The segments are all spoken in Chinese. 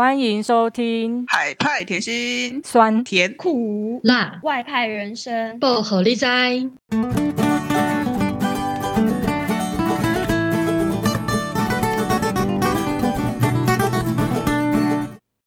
欢迎收听海派甜心酸甜苦，辣外派人生，薄荷力哉，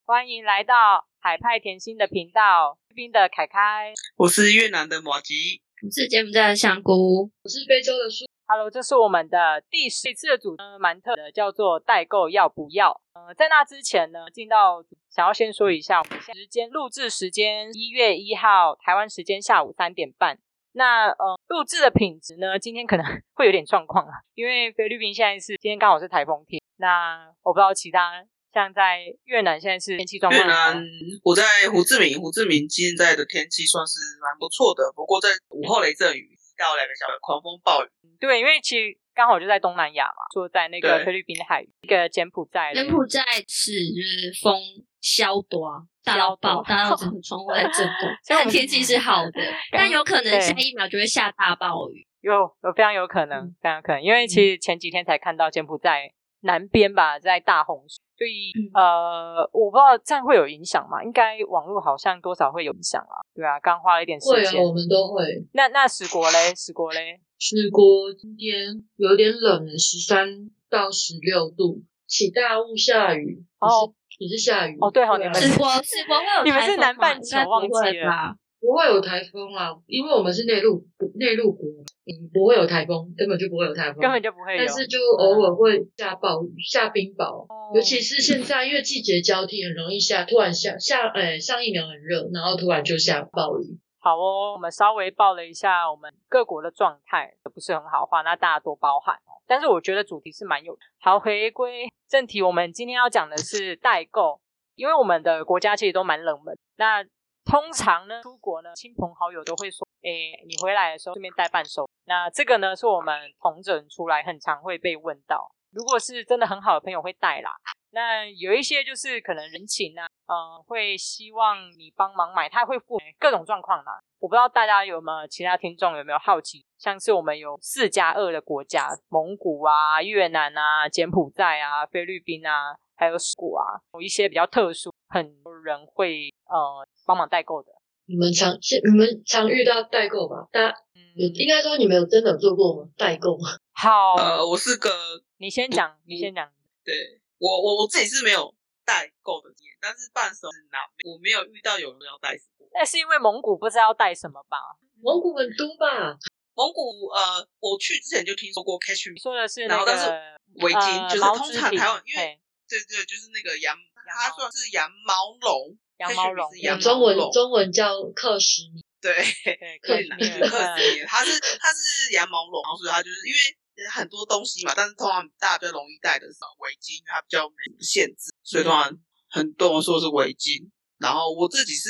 欢迎来到海派甜心的频道，菲律宾的凯凯。我是越南的马吉。我是柬埔寨的香菇，我是非洲的树。 Hello，这是我们的第十次的主题，呃蛮特的，叫做代购要不要？呃，在那之前呢，进到想要先说一下，我们现在时间录制时间一月一号台湾时间下午三点半。那呃，录制的品质呢，今天可能会有点状况啊， 因为菲律宾现在是今天刚好是台风天，那我不知道其他像在越南现在是天气状越况如何。南，我在胡志明，胡志明现在的天气算是蛮不错的，不过在午后雷阵雨到两个小时狂风暴雨，对，因为其实刚好就在东南亚嘛，就在那个对菲律宾的海域，一个柬埔寨的柬埔寨是就是风消多，大到爆，消多大到整个窗户在震 。动所以我但们天气是好的，但有可能对下一秒就会下大暴雨。有有非常有可嗯能，非常有可能，因为其实前几天才看到柬埔寨南边吧，在大洪水，所以、嗯呃，我不知道这样会有影响嘛？应该网络好像多少会有影响啊。对啊，刚花了一点时间。哦们都会。那那十国嘞，十国嘞，十国今天有点冷，十三到十六度，起大雾，下雨。哦，也是下雨哦对哦对啊你们十国十国会有你们台是风吗南半应球该不忘记会了吧不会有台风啊，因为我们是内陆内陆国，嗯，不会有台风，根本就不会有台风，根本就不会有但。是就偶尔会下暴雨、下冰雹，哦尤其是现在，因为季节交替，很容易下，突然下下，呃，上一秒很热，然后突然就下暴雨。好哦，我们稍微报了一下我们各国的状态，不是很好的话，那大家多包涵哦。但是我觉得主题是蛮有好。回归正题，我们今天要讲的是代购，因为我们的国家其实都蛮冷门。那通常呢，出国呢，亲朋好友都会说，诶，你回来的时候顺便带伴手。那这个呢，是我们同诊出来很常会被问到。如果是真的很好的朋友会带啦，那有一些就是可能人情啊，嗯、会希望你帮忙买，他会付各种状况啦。我不知道大家有没有其他听众有没有好奇，像是我们有四加二的国家，蒙古啊、越南啊、柬埔寨啊、菲律宾啊，还有史谷啊，有一些比较特殊，很多人会呃帮忙代购的。你们常是你们常遇到代购吧？大家有应嗯，该说你们有真的有做过吗？代购吗？ 好，呃，我是个你先讲，你嗯先讲。对我我我自己是没有代购的经验，但是伴手是拿，我没有遇到有人要代购。那是因为蒙古不知道带什么吧？蒙古很多吧？蒙古呃，我去之前就听说过 cashmere 你说的是然那后个但是围巾，呃就是毛通织常品台湾因为嘿对对，就是那个羊，羊它毛算是羊毛绒，羊毛绒 cashmere 是羊中文毛绒中文叫克什米，对，对，克克里里南米克尔嗯里米，它是它是羊毛绒，所以它就是因为很多东西嘛，但是通常大家比较容易带的是围巾，因为它比较没有限制，嗯所以通常很多人说是围巾。然后我自己是，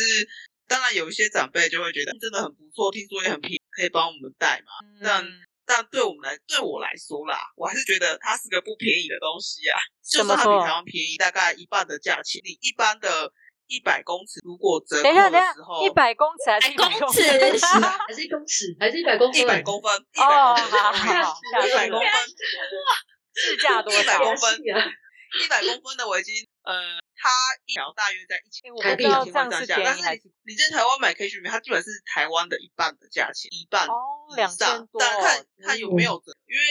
当然有一些长辈就会觉得哎真的很不错，听说也很便宜，可以帮我们带嘛。但嗯但对我们来，对我来说啦，我还是觉得它是个不便宜的东西啊，就怎么算它说比台湾便宜大概一半的价钱，你一般的一百公尺如果折扣等一下，等一的下时候，，一百公尺还是百100公尺？尺还 是还是一公尺，还是一百公分？一百公分，一哦，好百公好好，分，好下一百次公了分，市价多一百少？公哎分是啊，一百公分的围巾，呃，它一条大约在一哎千我不台币知道两这千样是便块上下，但宜是还是你你在台湾买 K 恤，它基本是台湾的一半的价钱，一半哦，两以千上，多哦，但看看有没嗯有折，因为。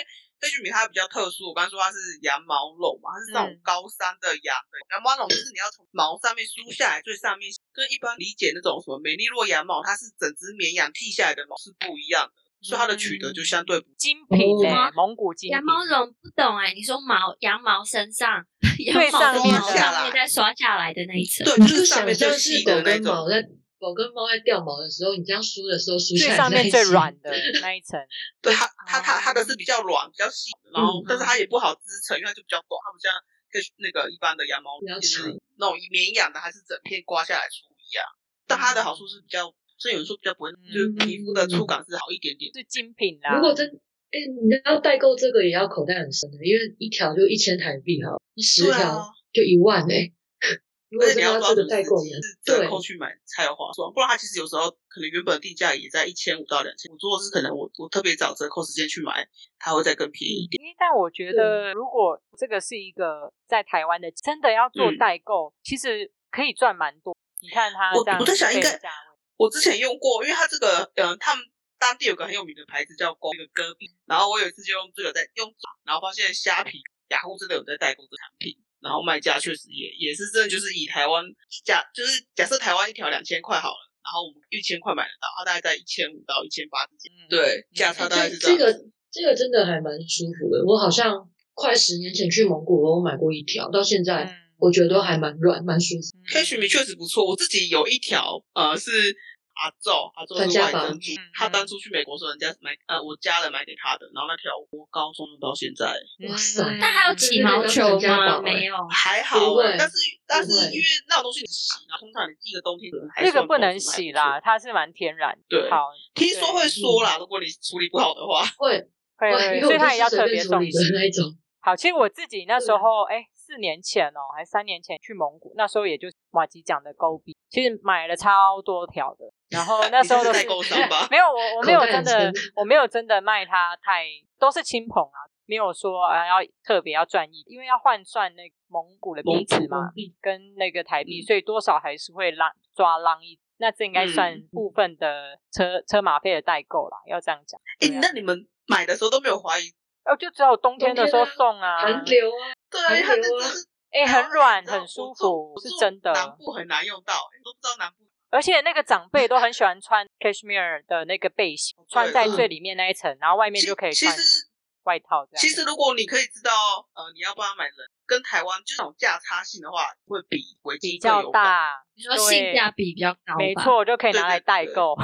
黑曲米它比较特殊，我刚才说它是羊毛绒嘛，它是那种嗯高山的羊的、羊毛绒，就是你要从毛上面梳下来最上面，跟一般理解那种什么美利诺羊毛，它是整只绵羊剃下来的毛是不一样的，所以它的取得就相对不精品哦哎，蒙古精品羊，毛绒不懂欸哎、你说毛羊毛身上，羊对毛上的面毛的上面再刷下来的那一层，对，你就是就上想面就象细是的狗那跟种猫。在狗跟猫在掉毛的时候，你这样梳的时候梳下最来上那面一最层软的那一层，对它它它它的哦是比较软、比较细的，然后嗯但是它也不好支撑，因为它就比较短，它不像跟那个一般的羊毛比较就是长那种绵羊的，它是整片刮下来处理啊。但它的好处是比较，所以有人说比较不会，就是皮肤的嗯触感是好一点点。是精品啦。如果真，哎、你要代购这个也要口袋很深的，因为一条就一千台币哈，十对条啊，就一万哎、 而如果且真你的要抓住这个自代购己员，是折对，扣去买才有划算，不然它其实有时候可能原本定价也在一千五到两千，我如果是可能我我特别找折扣时间去买，它会再更便宜一点。因为但我觉得，如果这个是一个在台湾的，真的要做嗯代购，其实可以赚蛮多。你看他我这样我在想子应的该价位我之前用过，因为它这个，嗯，他们当地有个很有名的牌子叫勾那个戈壁，然后我有一次就用这个在用，然后发现虾皮、雅虎真的有在代购这产品，然后卖价确实也也是真的就是以台湾价，就是假设台湾一条两千块好了，然后我们一千块买得到，它大概在一千五到一千八之间，嗯对，价差大概这是这样子。个这个真的还蛮舒服的。我好像快十年前去蒙古，我买过一条，到现在嗯我觉得都还蛮软，蛮舒服。 Cashmere 确实不错，我自己有一条，呃，是阿宙，阿宙传是家外宝珍珠嗯，他当初去美国的时候，人家买，呃，我家人买给他的，然后那条我高中用到现在，哇塞嗯但还有起毛这球是人家宝吗？欸没有，还好不会欸，但是但是不会因为那种东西洗，然啊后通常你一个冬天可能还这个算不保能存还洗不啦，嗯错。它是蛮天然的。对好，听说会缩啦，如果你处理不好的话，会，会哇会，因为所以我就它也要是随特便别处送理一的次。那一种。好，其实我自己那时对啊候，哎、四年前哦，还三年前去蒙古，那时候也就是马吉讲的勾比，其实买了超多条的。然后 那你时候这都是是代购商 吧没有我我没有口袋真很的深我没有真的卖它太都是亲朋啊，没有说啊要特别要赚一，因为要换算那个蒙古的币蒙值嘛，跟那个台嗯币，所以多少还是会浪抓浪一。那这应该算嗯部分的车、车马费的代购啦，要这样讲。哎、对啊那你们买的时候都没有怀疑？哦，就只有冬天天的时候啊送啊，韩流啊，对啊，因为它那个是哎、很软，很舒哦我住服我，是住真的。南部很难用到、欸，都不知道南部。而且那个长辈都很喜欢穿 cashmere 的那个背心，穿在最里面那一层，然后外面嗯其就可以其穿实外套这样。其实如果你可以知道，呃，你要帮他买人，跟台湾就那种价差性的话，会比围巾比更较有呃感。大，你说性价比比较高吧？没，错，就可以拿来代对对对购。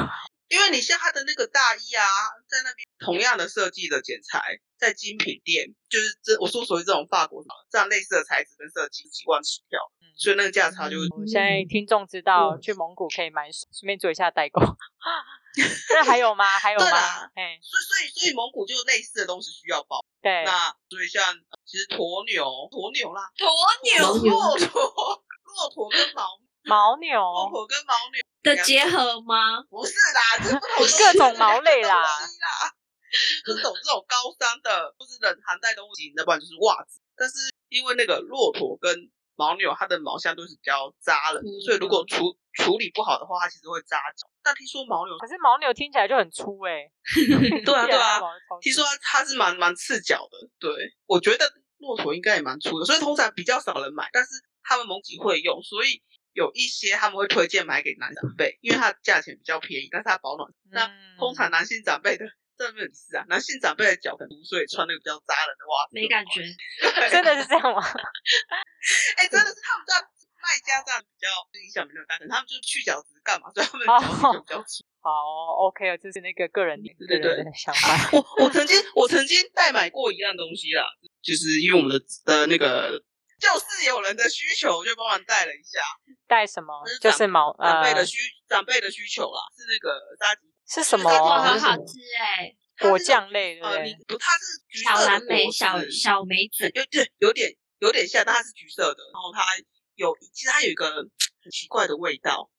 因为你像他的那个大衣啊，在那边同样的设计的剪裁，在精品店，就是这我说所谓这种法国什么这样类似的材质跟设计几万起跳，嗯所以那个价差就会我现在听众知道嗯去蒙古可以买，顺便做一下代购。 那还有吗？还有对啊吗啦？哎，所以所以所以蒙古就类似的东西需要包。对，那所以像呃其实鸵牛、鸵牛啦，鸵牦牛牛骆驼、骆驼跟牦牦牛骆驼跟牦牛的结合吗？不是啦，这不同东西各种毛类啦各种东西啦，就是这种这种高山的，或是冷寒带动物型，要不然就是袜子。但是因为那个骆驼跟牦牛，它的毛相对是比较扎人的，嗯所以如果处处理不好的话，它其实会扎脚。但听说牦牛，可是牦牛听起来就很粗哎。对啊对啊，毛超粗听说它是蛮蛮刺脚的。对，我觉得骆驼应该也蛮粗的，所以通常比较少人买，但是他们蒙几会用，所以。有一些他们会推荐买给男长辈，因为它价钱比较便宜，但是它保暖。那嗯通常男性长辈的这没有意思啊，男性长辈的脚很粗，所以穿那个比较扎人的袜子哦 没感觉。真的是这样吗？哎、真的是他们这样卖家这样比较影响没那么大，可能他们就是去角质干嘛，所以他们的脚就比哦较粗。好，OK，这哦是那个个人个对对人的想法。我我曾经我曾经代买过一样东西啦，就是因为我们的的那个。就是有人的需求，我就帮忙带了一下带什么 就是？就长是毛长呃辈的需、长辈的需求啦，是那个沙棘是什么就是哇，它好是什好么吃哎，果酱类，对不呃，你对？不，它是橘色小的蓝莓、果子小小梅子，有对，有点有点像，但它是橘色的，然后它有其实它有一个很奇怪的味道，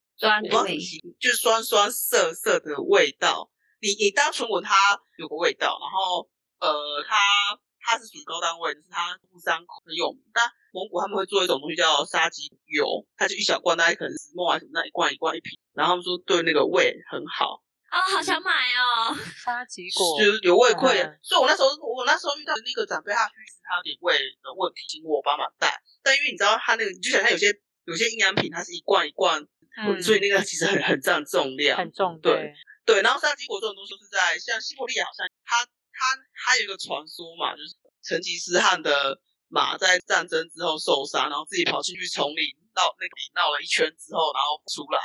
我酸不知道怎味么，形容，就是酸酸涩涩的味道。你你单纯闻它有个味道，然后呃，它它是属于高单位，就是它不伤口很有名。但蒙古他们会做一种东西叫沙棘油，它就一小罐，大概可能十沫还是什么，那一罐一罐一瓶。然后他们说对那个胃很好，哦，好想买哦，沙棘果，就是有胃溃嗯疡，所以我那时候我那时候遇到的那个长辈，他去实他有点胃的问题，请我帮忙带。但因为你知道他那个，你就想他有些有些营养品，它是一罐一罐，嗯所以那个其实很很占重量，很重，对对，对。然后沙棘果这种东西是在像西伯利亚，好像他他他有一个传说嘛，就是成吉思汗的马在战争之后受伤，然后自己跑进去丛林闹那个里闹了一圈之后，然后出 来。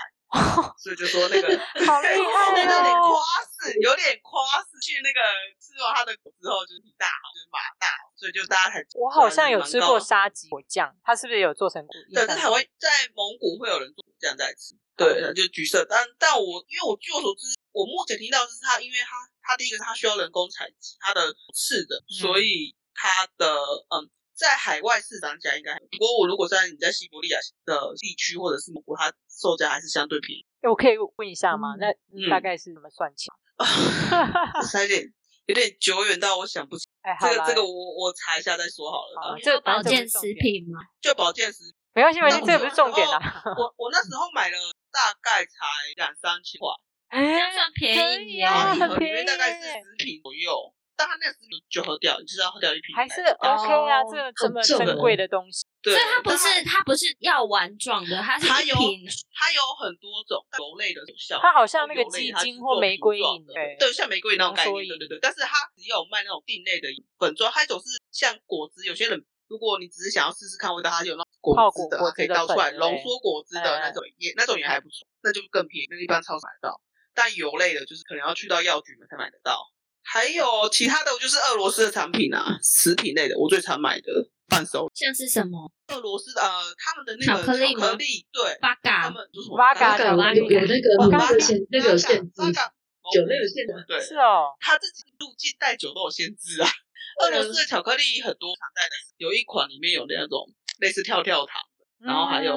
所以就说那个好厉有害点夸哦！饰，有点夸饰。去那个吃完他的骨之后，就是你大好，就是马大好，所以就大家才我好像有吃过啊蛮高沙棘果酱，它是不是有做成果对，在台湾在蒙古会有人做这样在吃，对，就橘色。但但我因为我据我所知，我目前听到的是它，因为它它第一个它需要人工采集它的刺的，所以它的嗯在海外市场价应该还，不过我如果在你在西伯利亚的地区或者是蒙古，它售价还是相对便宜，诶我可以问一下吗？那嗯大概是怎么算钱？它有点有点久远到我想不起。哎，好这啦个这个我我查一下再说好了。好呃这嗯保反正这健不是食重点品吗？就保健食品，没关系，没关系，那哦这个不是重点啊我啦。我我那时候买了大概才两三千块，这哎，样算可便以宜啊然后哦一很盒里面大概是便宜耶十瓶左右，但它那个十瓶就喝掉，你就是要喝掉一瓶还才是行 OK 啊，哦这个这么很重珍贵的东西，对，所以它不但是它不是药丸状的，它是它一有瓶它有很多种油类的哦有效，它好像那个油类鸡它是精做或玫瓶瑰状饮哎对的，对，像玫瑰那种概浓缩饮念，对对对。但是它只有卖那种定类的粉状，它总是像果汁，有些人如果你只是想要试试看味道，它有那种果泡汁果的，果它可以汁的嗯倒出粉来对浓缩果汁的那种，也那种也还不错，那就更便宜，那一般超市买得到。但油类的，就是可能要去到药局才买得到。还有其他的，就是俄罗斯的产品啊，食品类的，我最常买的伴手礼像是什么俄罗斯的呃，他们的那巧个巧克力吗克力，对，八嘎他？啊们就是 Vodka 有拉有有那个我有刚那刚个限那个有限制，酒类有限制。对，是哦，他自己入境带酒都有限制啊。俄罗斯的巧克力很多常带的，有一款里面有那种类似跳跳糖，然后还有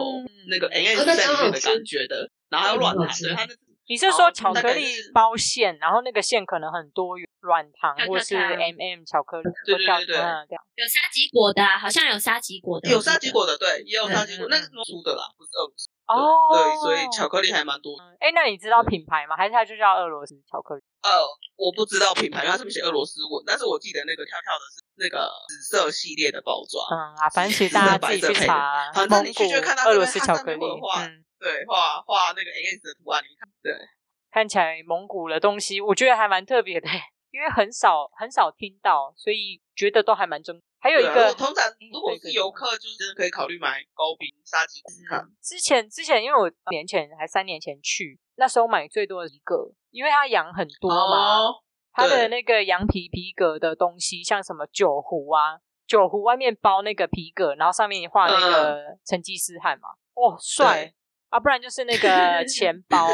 那个 N 嗯 S 哦那在超里好面的感吃觉的，然后还有那个软很好糖，吃对，它那你是好说巧大克概力是包馅，然后那个馅可能很多元软糖跳或是跳糖 MM 巧克力，对或对跳对对嗯这样有沙棘果的啊，好像有沙棘果的，有我记沙棘得果的，对，也有沙棘嗯果嗯，那是俄罗斯的啦，不是俄罗斯的，哦，对，所以巧克力还蛮多。嗯，哎，那你知道品牌吗？还是它就叫俄罗斯巧克力？呃，我不知道品牌，因为它上面写俄罗斯文，但是我记得那个跳跳的是那个紫色系列的包装，嗯啊，反正其实 大家自己去查，反正蒙你古去就看到俄这罗边斯它巧上克面力会有画，嗯，对，画画那个 N S 的图案，你看，对。看起来蒙古的东西，我觉得还蛮特别的， 因为很少很少听到，所以觉得都还蛮珍贵。还有一对啊如个嗯果，通常如果对对嗯是对游客，就是真的可以考虑买糕饼、沙棘试试看。之前之前，因为我年前还三年前去，那时候买最多的一个，因为它羊很多嘛，哦，它的对那个羊皮皮革的东西，像什么酒壶啊，酒壶外面包那个皮革，然后上面画那个成吉思汗嘛，哦，帅嗯对啊！不然就是那个 钱包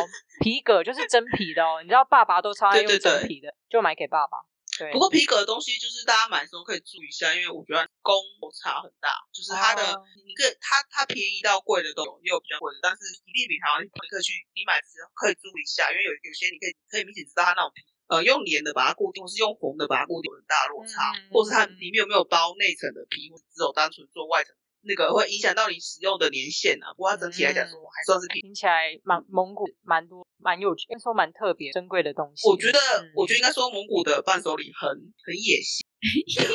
皮革，就是真皮的哦。你知道爸爸都超爱对用对对真皮的，就买给爸爸。对，不过皮革的东西就是大家买的时候可以注意一下，因为我觉得工落差很大，就是它的、哦你可以它它便宜到贵的都有，也有比较贵的，但是一定比台湾你可以去你买之前可以注意一下，因为有有些你可以可以明显知道它那种呃用连的把它固定，或是用缝的把它固定有很大落差，嗯或是它里面有没有包内层的皮，或是只有单纯做外层。那个会影响到你使用的年限啊，不过它整体来讲说还算是便宜。嗯嗯听起来蛮蒙古蛮多蛮有趣，应该说蛮特别珍贵的东西。我觉得，嗯我觉得应该说蒙古的伴手礼很很野 性，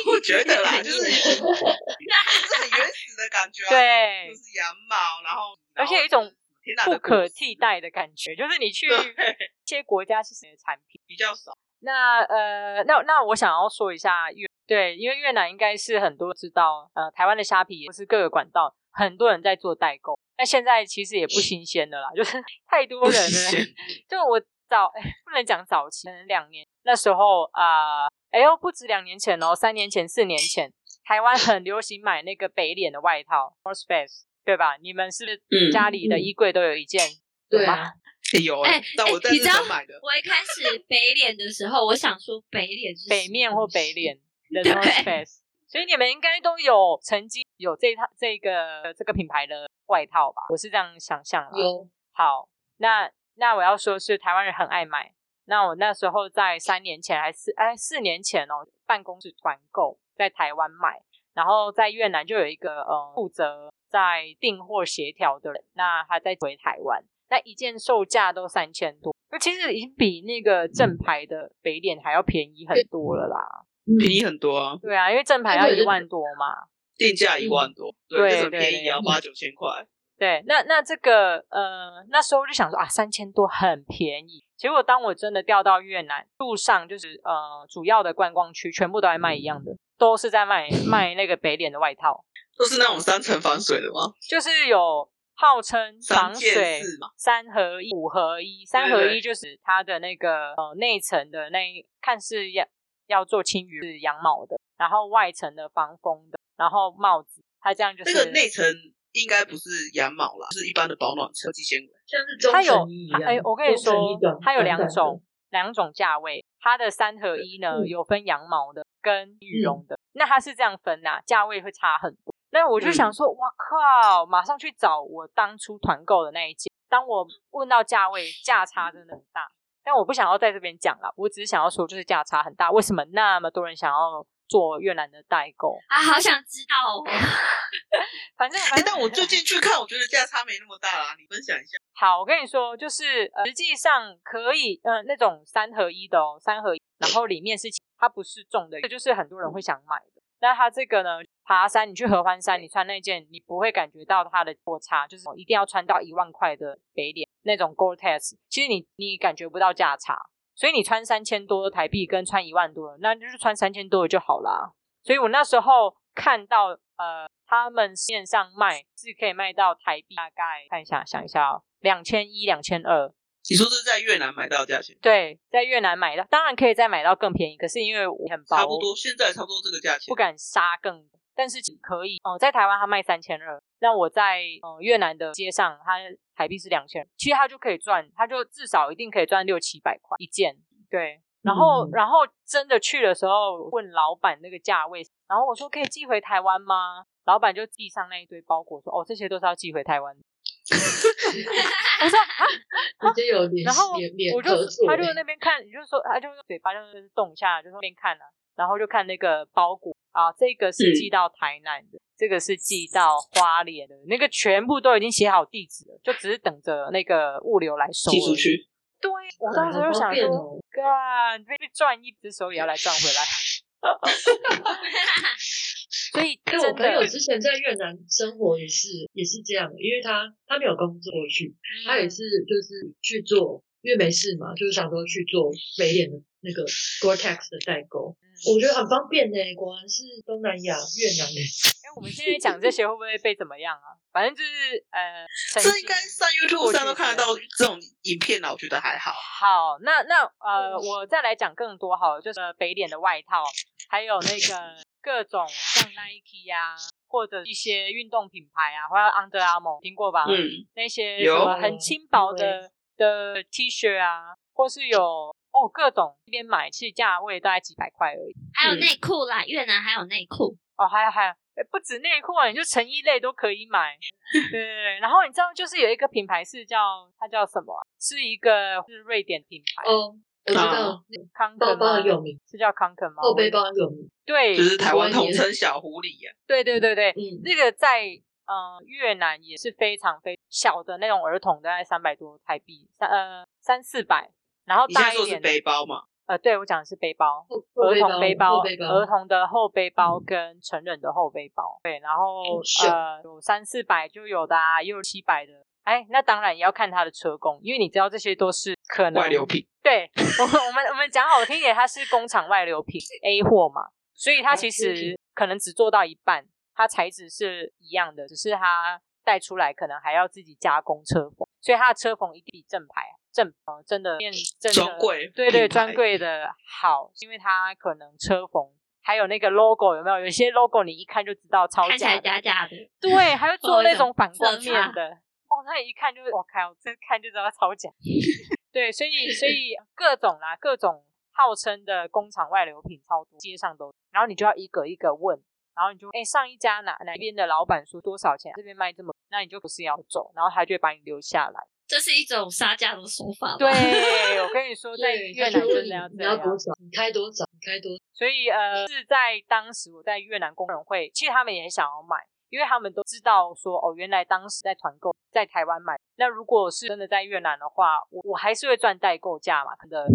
我觉得啦，就是就是很原始的感觉、啊，，对就，是羊毛，然后而且有一种天然的不可果实替代的感觉，就是你去对 一些国家其实你的产品。比较少，那呃，那那我想要说一下越对，因为越南应该是很多知道，呃，台湾的虾皮也是各个管道很多人在做代购，那现在其实也 不新鲜的啦，就是太多不人新了鲜。就我早、哎不能讲早期，可能两年那时候啊、哎呦不止两年前哦，三年前、四年前，台湾很流行买那个北脸的外套 o r s p a c e 对吧？你们是不是嗯家里的衣柜都有一件？对有吗啊，哎 有哎哎，但我在哎你日知道本买的，我一开始北脸的时候，我想说北脸是北什么面或北东西，脸的 n 对 o r t Face，所以你们应该都有曾经有这一套这个这个品牌的外套吧？我是这样想象啦。有好，那那我要说是台湾人很爱买。那我那时候在三年前还是哎四年前哦，办公室团购在台湾买，然后在越南就有一个呃负责在订货协调的人，那他在回台湾，那一件售价都三千多，那其实已经比那个正牌的北脸还要便宜很多了啦。便宜很多啊，对啊，因为正牌要对对一对万多嘛。定价一万多，对对，这很对便宜啊，对八九千块，对，那那这个呃，那时候就想说啊，三千多很便宜。结果当我真的调到越南，路上就是呃主要的观光区全部都在卖一样的，都是在 卖卖那个北脸的外套，都是那种三层防水的吗？就是有号称三防件水式嘛，三合一、五合一，三对合对一就是它的那个呃内层的那一看是要要做轻羽是羊毛的，然后外层的防风的，然后帽子，它这样就是那个内层应该不是羊毛啦，是一般的保暖层，机纤维。像是中它有层衣一样。哎、我跟你中层说衣短，它有短两 短的种两种价位，它的三合一呢、嗯有分羊毛的跟羽绒的，那它是这样分呐、价位会差很多。那我就嗯想说，哇靠，马上去找我当初团购的那一件。当我问到价位，价差真的很大。但我不想要在这边讲了，我只是想要说，就是价差很大。为什么那么多人想要做越南的代购？啊，好想知道哦。反正反哎正，但我最近去看，我觉得价差没那么大啦。你分享一下，好，我跟你说，就是、呃、实际上可以，呃，那种三合一的哦，三合一，然后里面是它不是重的，这就是很多人会想买的。那它这个呢，爬山你去合欢山，你穿那件，你不会感觉到它的落差，就是一定要穿到一万块的北脸那种 Gore-Tex，其实你你感觉不到价差，所以你穿三千多台币跟穿一万多的，那就是穿三千多的就好啦。所以我那时候看到呃，他们线上卖是可以卖到台币大概看一下，想一下哦，两千一、两千二，你说这是在越南买到的价钱，对，在越南买到，当然可以再买到更便宜，可是因为我很薄，差不多，现在差不多这个价钱不。敢杀更，但是其实可以哦、在台湾它卖三千二，那我在呃越南的街上，它台币是两千，其实它就可以赚，它就至少一定可以赚六七百块一件，对。然后，然后真的去的时候问老板那个价位，然后我说可以寄回台湾吗？老板就递上那一堆包裹说，哦，这些都是要寄回台湾的。我说啊，直接有点然后脸脸我就合作他欸，就那边看，你就说他就嘴巴就是动一下，就那边看了、啊然后就看那个包裹啊，这个是嗯寄到台南的，这个是寄到花莲的，那个全部都已经写好地址了，就只是等着那个物流来收。寄出。去，对，我当时就好想方便说，哦，干被赚一只手也要来赚回来。所 以因为哎我真朋友的，之前在越南生活也是也是这样，因为他他没有工作去，他嗯也是就是去做，因为没事嘛，就是想说去做美脸的那个 Gore-Tex 的代购，嗯我觉得很方便呢、果然是东南亚越南的、哎，我们现在讲这些会不会被怎么样啊？反正就是呃，曾这应经该上 YouTube 上都看得到这种影片啊啦，我觉得还好。好，那那呃，我再来讲更多好了，就是呃北脸的外套，还有那个各种像 Nike 呀、或者一些运动品牌啊，或者 Under Armour 听过吧？，嗯，那些有什么很轻薄的的 T 恤啊，或是有哦各种这边买，其实价位大概几百块而已。还有内裤啦，越南还有内裤，哦，还有还有，呃不止内裤啊，你就成衣类都可以买。对对对，然后你知道就是有一个品牌是叫它叫什么啊、是一个是瑞典品牌，哦，我知道，那个康包肯包吗很有名，是叫康肯吗？后背包很有名，对就是台湾统称小狐狸呀、对对对对，嗯，那个在呃越南也是非常非小的那种儿童，大概三百多台币，三呃三四百，然后你现大在一说的是点背包嘛？呃，对我讲的是背包，后后儿背童包，背包、后背儿童的后背包跟成人的后背包，对，然后哦是呃有三四百就有的啊，也有七百的。哎，那当然也要看它的车工，因为你知道这些都是可能外流品，对我们，我们我们讲好听一点，它是工厂外流品 A 货嘛，所啊以它其实可能只做到一半，它材质是一样的，只是它带出来可能还要自己加工车缝，所以它的车缝一定比正牌正呃真的变真的专柜对对品牌专柜的好，因为它可能车缝还有那个 logo 有没有？有些 logo 你一看就知道超看起假来的，假假的。对，还会哦做那种反光色差面啊的。哦，那一看就是我靠，这看就知道超假。 对，所以所 以各种啦，各种号称的工厂外流品超多，街上都有，然后你就要一个一个问，然后你就哎、上一家哪哪边的老板说多少钱，这边卖这么，那你就不是要走，然后他就会把你留下来。 这是一种杀价的手法吧？对，我跟你说，在对，越他南就问真你的要这你要样多。少，你开多少，你开多 少，所以呃，是在当时我在越南工人会，其实他们也想要买，因为他们都知道说哦，原来当时在团购在台湾买，那如果是真的在越南的话，我我还是会赚代购价嘛，可能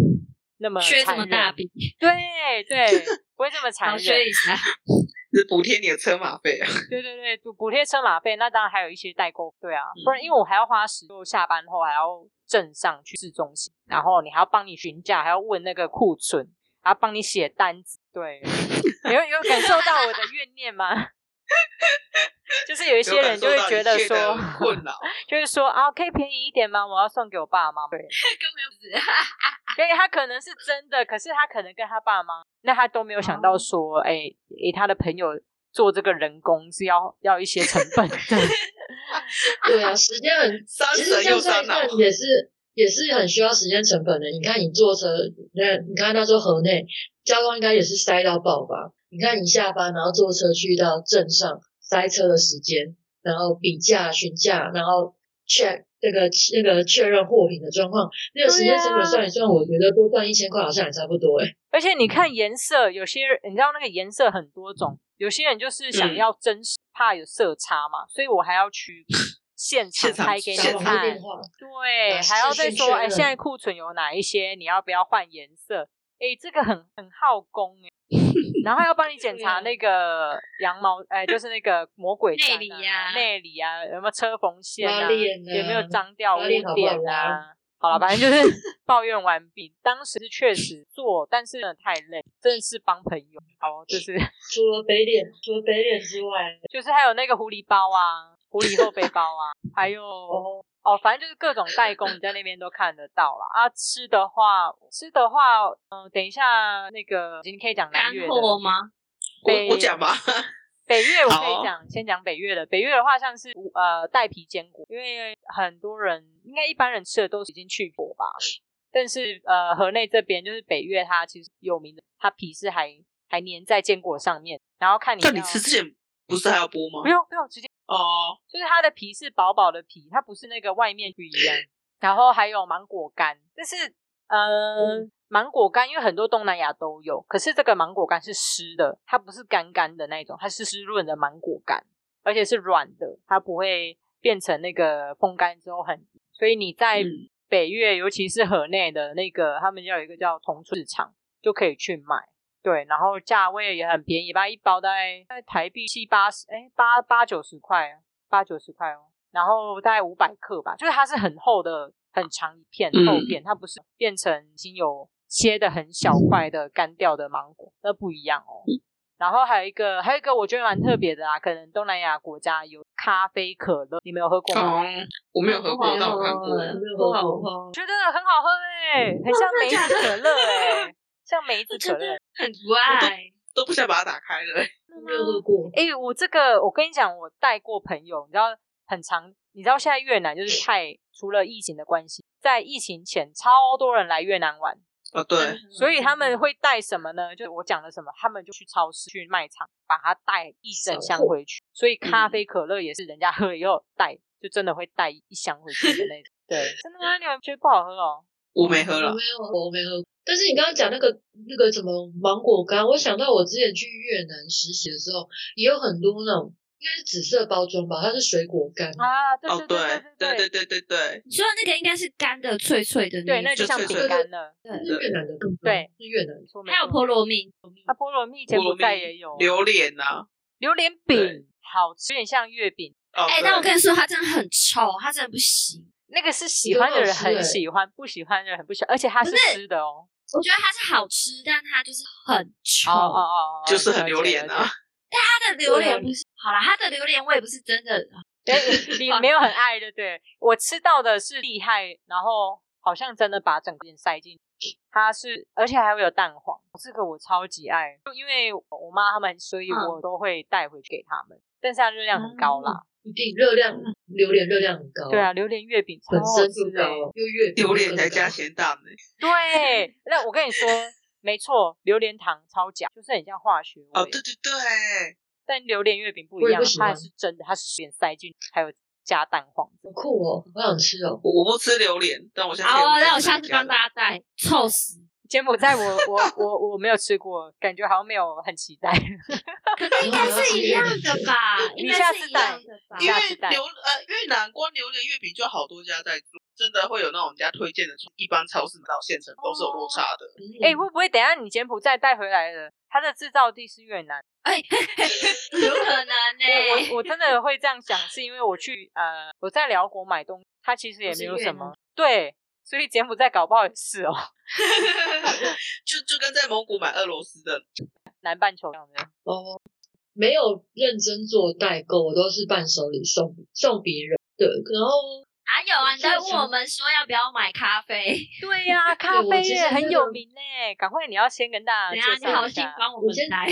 那么缺这残么忍大笔，对 对，不会这么残好忍缺，一下。就是补贴你的车马费啊。对对对，补补贴车马费，那当然还有一些代购费嗯啊，不然因为我还要花时，就下班后还要镇上去市中心，然后你还要帮你询价，还要问那个库存，还要帮你写单子， 对，有有感受到我的怨念吗？ 就是有一些人就会觉得有感说受到一切，的 困扰， 就是说啊，可以便宜一点吗？我要送给我爸妈。对，根本所以他可能是真的，可是他可能跟他爸妈，那他都没有想哦到说，哎、诶他的朋友做这个人工是要要一些成本的。对啊，时间很伤其实神这样又算伤一脑算。也是也是很需要时间成本的。你看你坐车，那你看他说河内交通应该也是塞到爆吧？你看你下班然后坐车去到镇上，塞车的时间，然后比价询价，然后 check 那个那个确认货品的状况，那个时间成啊本算一算，我觉得多赚一千块好像也差不多哎、 而且你嗯看颜色，有些人你知道那个颜色很多种，有些人就是嗯想要真实，怕有色差嘛，所以我还要 去现场现场拍给你现打场网络看电，话，对，啊还要视再讯说，确哎、认现在库存有哪一些，你要不要换颜色？哎、这个很很耗工 哎、然后还要帮你检啊查那个羊毛，哎、就是那个魔鬼毡内里呀内里啊，有没有车缝线拉啊，链啊有没有脏掉污拉链好不好点拉啊？好了，反正就是抱怨完毕。当时是确实做，但是真的太累，真的是帮朋友。好， 就是除了北脸除了北脸之外，就是还有那个狐狸包啊，狐狸后背包啊，还 有哦，哦，反正就是各种代工，你在那边都看得到啦。啊，吃的话，吃的话，嗯、等一下那个今天可以讲南干越的货吗？北我我讲吧，北 越我可好以讲，先讲北越的。北越的话，像是呃带皮坚果，因为很多人应该一般人吃的都已经去过吧，但是呃河内这边就是北越，它其实有名的，它皮是还还粘在坚果上面，然后看你要但你吃之前不是还要播吗不？用不用直接，哦，就是它的皮是薄薄的皮，它不是那个外面皮一样。然后还有芒果干，但是呃，芒果干因为很多东南亚都有，可是这个芒果干是湿的，它不是干干的那种，它是湿润的芒果干，而且是软的，它不会变成那个风干之后很。所以你在嗯北越，尤其是河内的那个，他们要有一个叫同村市场，就可以去买。对，然后价位也很便宜吧，一包大概在台币七八十，哎，八八九十块啊，八九十块哦，然后大概五百克吧，就是它是很厚的、很长一片嗯厚片，它不是变成已经有切的很小块的干掉的芒果，那不一样哦。嗯然后还有一个，还有一个我觉得蛮特别的啊，可能东南亚国家有咖啡可乐，你们有喝过吗？哦，我没有喝过，但我看过。有没有喝不好过我？觉得很好喝哎、很像梅子可乐哎、 像梅子可乐。很不爱，都不想把它打开了、欸没有喝过，哎、我这个我跟你讲，我带过朋友，你知道很长，你知道现在越南就是太除了疫情的关系，在疫情前超多人来越南玩，哦， 对，所嗯以他们会带什么呢？就我讲了什么，他们就去超市、去卖场，把它带一整箱回去。所以咖啡、可乐也是人家喝了以后带，就真的会带一箱回去的那种。对，真的吗？你们觉得不好喝哦？我没喝我了。没有，我没喝。但是你刚刚讲那个那个什么芒果干，我想到我之前去越南实习的时候，也有很多那种应该是紫色包装吧，它是水果干，啊，对哦，对对对对对对对对，你说的那个应该是干的、脆脆的对，那那一就像种，脆饼脆干了。是越南的更多对，是越南没错没还有错菠萝蜜，啊，菠萝蜜柬菠埔萝寨蜜也有啊榴莲呐、榴莲饼，好吃，有点像月饼。哦，哎、对但我跟你说，它真的很臭，它真的不行。那个是喜欢的人很喜欢，不喜欢的人很不喜欢，而且它是不是湿的哦。我觉得它是好吃，但它就是很臭。哦哦哦，哦就是很了解榴莲了啊解。它的榴莲不是好啦，它的榴莲味不是真的， 对，你没有很爱，对不对？我吃到的是厉害，然后好像真的把整片塞进去。它是，而且还会有蛋黄，这个我超级爱，就因为我妈他们，所以嗯我都会带回去给他们。但是它热量很高啦，一定热量，榴莲热量很高，嗯对啊，，榴莲月饼超本好身吃欸就的、哦高，又越榴莲才加咸蛋呢、对，那我跟你说，没错，榴莲糖超假，就是很像化学味。哦，对对对，但榴莲月饼不我一也样啊不，喜它欢是真的，它是榴莲塞进去，还有加蛋黄。好酷哦，好想吃 哦。我我不吃榴莲，但我下次好、哦，也会那我自己下次加帮的大家带，臭死。柬埔寨我我 我我没有吃过，感觉好像没有很期待。可是应该是一样的吧？应你该下是次一带样的吧？因下为次带榴呃越南光榴莲月饼就好多家在做，真的会有那种人家推荐的，从一般超市买到现成都是有落差的。哎、会不会等一下你柬埔寨带回来的，它的制造地是越南？哎，有可能欸呢、我我我真的会这样想，是因为我去呃我在辽国买东西，它其实也都是没有越什南么对，所以柬埔寨搞不好也是哦，就就跟在蒙古买俄罗斯的，南半球这样的。哦，没有认真做代购，我都是伴手礼送送别人的。然后哪有啊？你在问我我们说要不要买咖啡？对呀、咖我啡其也实真很的有名呢，赶快你要先跟大等家一下介你好绍一心下。帮我 我们先带，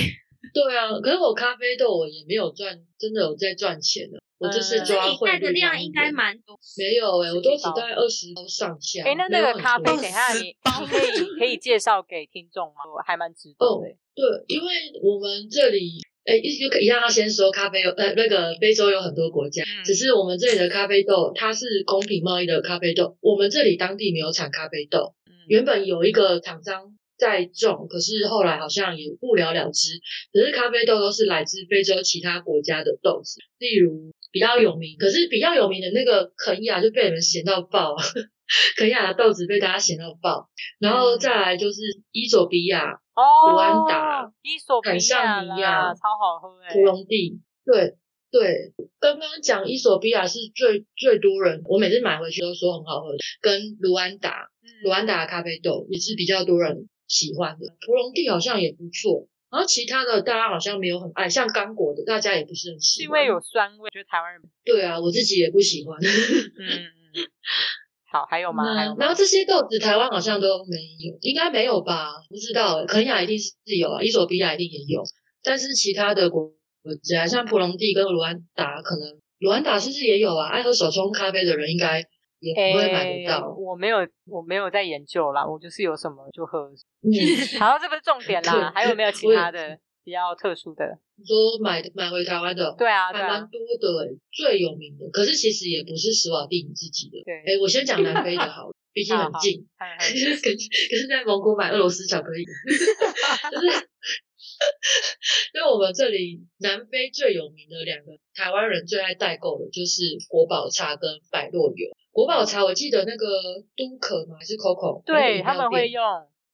对啊，可是我咖啡豆我也没有赚，真的有在赚钱的。我这次嗯呃所抓以你汇带的率量上一应该点蛮多。没有哎、十我都几只包大概二十上下。哎、那没有那个很咖啡，多等一下你你可以可以介绍给听众吗？还蛮值得的、对，因为我们这里，哎，一就一样要先说咖啡有，呃，那个非洲有很多国家，嗯只是我们这里的咖啡豆，它是公平贸易的咖啡豆，我们这里当地没有产咖啡豆，嗯原本有一个厂商。在种，可是后来好像也不了了之。可是咖啡豆都是来自非洲其他国家的豆子，例如比较有名，可是比较有名的那个肯亚就被人嫌到爆， 肯亚的豆子被大家嫌到爆。然后再来就是伊佐比亚，哦，卢安达、伊索比坦亚桑尼亚啦，超好喝哎、芙蓉地，对对，刚刚讲伊索比亚是最最多人，我每次买回去都说很好喝，跟卢安达，嗯卢安达的咖啡豆也是比较多人喜欢的，芙蓉地好像也不错，然后其他的大家好像没有很爱，像刚果的大家也不是很喜是欢，因为有酸味，觉得台湾人对啊，我自己也不 喜欢。嗯嗯嗯，好，还有吗？还有吗那然后这些豆子台湾好像都没有，应该没有吧？不知道欸，肯亚一定是有啊，伊索比亚一定也有，但是其他的国家像普隆地跟卢安达，可能卢安达是不是也有啊？爱喝手冲咖啡的人应该也不会买得诶 到。我没有，我没有在研究啦，我就是有什么就喝。 嗯，好，这不是重点啦，对还有没有其他的比较特殊的？你说买买回台湾的。对啊，还对蛮啊，多的、欸，最有名的，可是其实也不是史瓦蒂尼自己的。对哎、我先讲南非的好了，毕竟好很好近。嗨可嗨是可是在蒙古买俄罗斯巧克力， 就是因为我们这里南非最有名的两个台湾人最爱代购的就是国宝茶跟百洛油。国宝茶我记得那个都可吗？还是 Coco？那个对饮他料们会店用，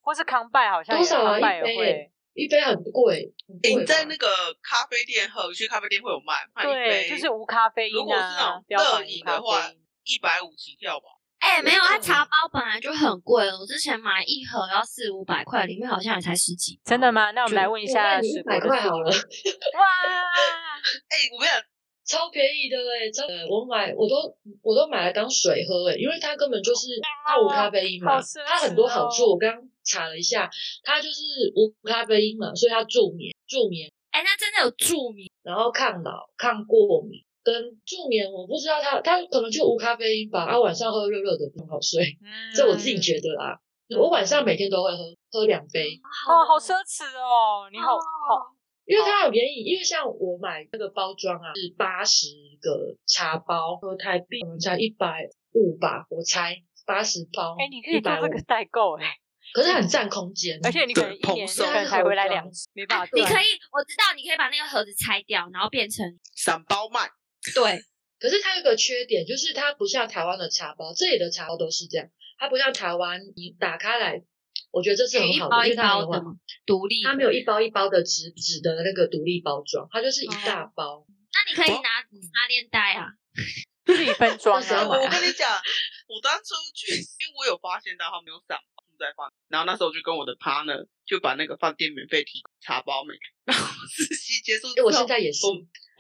或是康拜好像也多少啊康拜也一杯会，一杯很贵，很诶贵吧你在那个咖啡店喝，去咖啡店会有卖，卖一对，杯，就是无咖啡如因果是那啊种，标榜热无饮咖的话啡因。，一百五起跳吧。哎、没有，它嗯茶包本来就很贵了，我之前买一盒要四五百块，里面好像也才十几。真的？吗？那我们来问一下我卖你史一国百的块好了，哇，哎、我跟你讲，超便宜的哎、超呃我买我都我都买来当水喝哎、因为它根本就是它无咖啡因嘛，哦好奢它很多侈好哦处。我刚查了一下，它就是无咖啡因嘛，所以它助眠、助眠，哎、那真的有著名然后抗老、抗过敏跟助眠。我不知道它它可能就无咖啡因吧，啊晚上喝热热的很好睡， 这我自嗯己觉得啦。我晚上每天都会喝喝两杯，哦，好奢侈哦！你好，好，因为它很便宜。因为像我买那个包装啊，是八十个茶包，合台币可能才一百五吧，我猜八十包，哎，你可以一做百这五，个代购哎，可是很占空间，而且你可能对一年蓬松可能才回来两次，没办法哎啊你赚。可以，我知道，你可以把那个盒子拆掉，然后变成散包 卖，对，可是它有个缺点，就是它不像台湾的茶包，这里的茶包都是这样，它不像台湾，你打开来，我觉得这是很一好包的，因一为它包很的完嘛，独立。它没有一包一包的纸纸的那个独立包装，它就是一哦大包。那你可以哦拿嗯拉链带啊，自己分装那时候啊要我买我跟你讲，嗯我当初去，因为我有发现到他没有散包住在饭店，然后那时候我就跟我的 partner 就把那个饭店免费提供茶包每，然后实习结束之哎、后，我现在也是，我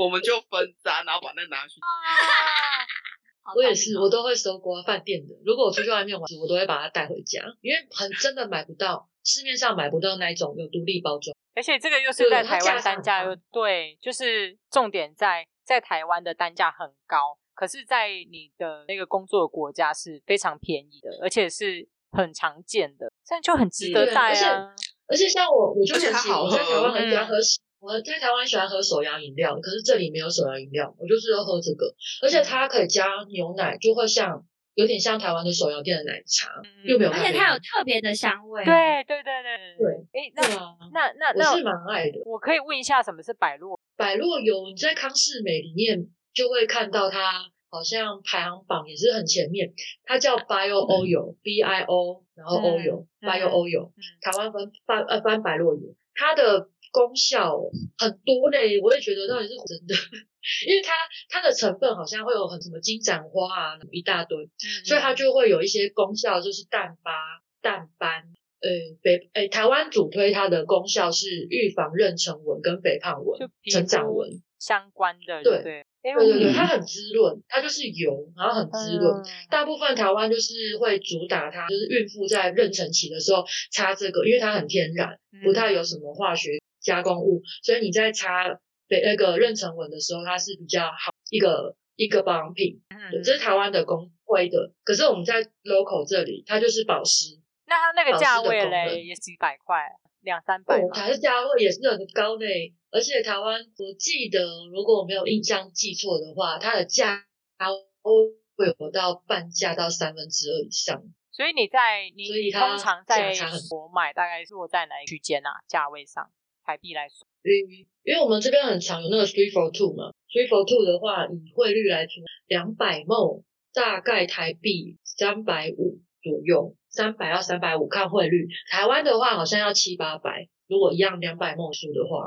我们就分摊，然后把那拿去。哦好我也聪是，明我哦都会搜刮饭店的。如果我出去外面玩，我都会把它带回家，因为很真的买不到，市面上买不到那一种有独立包装。而且这个又是在台湾单价又对对，就是重点在在台湾的单价很高，可是，在你的那个工作的国家是非常便宜的，而且是很常见的，这样就很值得嗯对带而且啊。而且像我，我就而且很它喜欢，好我在台湾喝很喜欢嗯喝，我在台湾喜欢喝手摇饮料，可是这里没有手摇饮料，我就是要喝这个，而且它可以加牛奶，就会像有点像台湾的手摇店的奶茶。嗯又没有而咖且啡它有特别的香味、，对对对对哎，对那啊，那那我是那，蛮爱的。我可以问一下什么是百洛？百洛油，你在康士美里面就会看到它，好像排行榜也是很前面。它叫 Bio O 油，B I O，然后 O 油嗯，Bio O 油，嗯台湾翻翻呃翻百洛油，它的功效很多嘞，我也觉得到底是真的， 因为它它的成分好像会有很什么金盏花啊一大堆，嗯所以它就会有一些功效，就是淡疤、淡斑。呃，肥诶、台湾主推它的功效是预防妊娠纹跟肥胖就纹、皮成长肤嗯纹。相关的，对对哎，对对对，我它很滋润，它就是油，然后很滋润。嗯大部分台湾就是会主打它，就是孕妇在妊娠期的时候擦这个，因为它很天然，嗯不太有什么化学加工物，所以你在擦北那个妊娠纹的时候，它是比较好一个一个保养品，对，嗯，这是台湾的公推的，可是我们在 local 这里，它就是保湿，那它那个保价湿的位功嘞能也几百块，两三百哦，嘛。还是价位也是很高呢。而且台湾，我记得如果我没有印象记错的话，它的价会有到半价到三分之二以上。所以你在你所以你它通常在价差很国买，大概是落在哪一区间啊？价位上，台币来说，嗯，因为我们这边很常有那个 three for two 嘛，three for two 的话，以汇率来说，两百梦大概台币三百五左右，三百到三百五看汇率。台湾的话好像要七八百，如果一样两百梦数的话，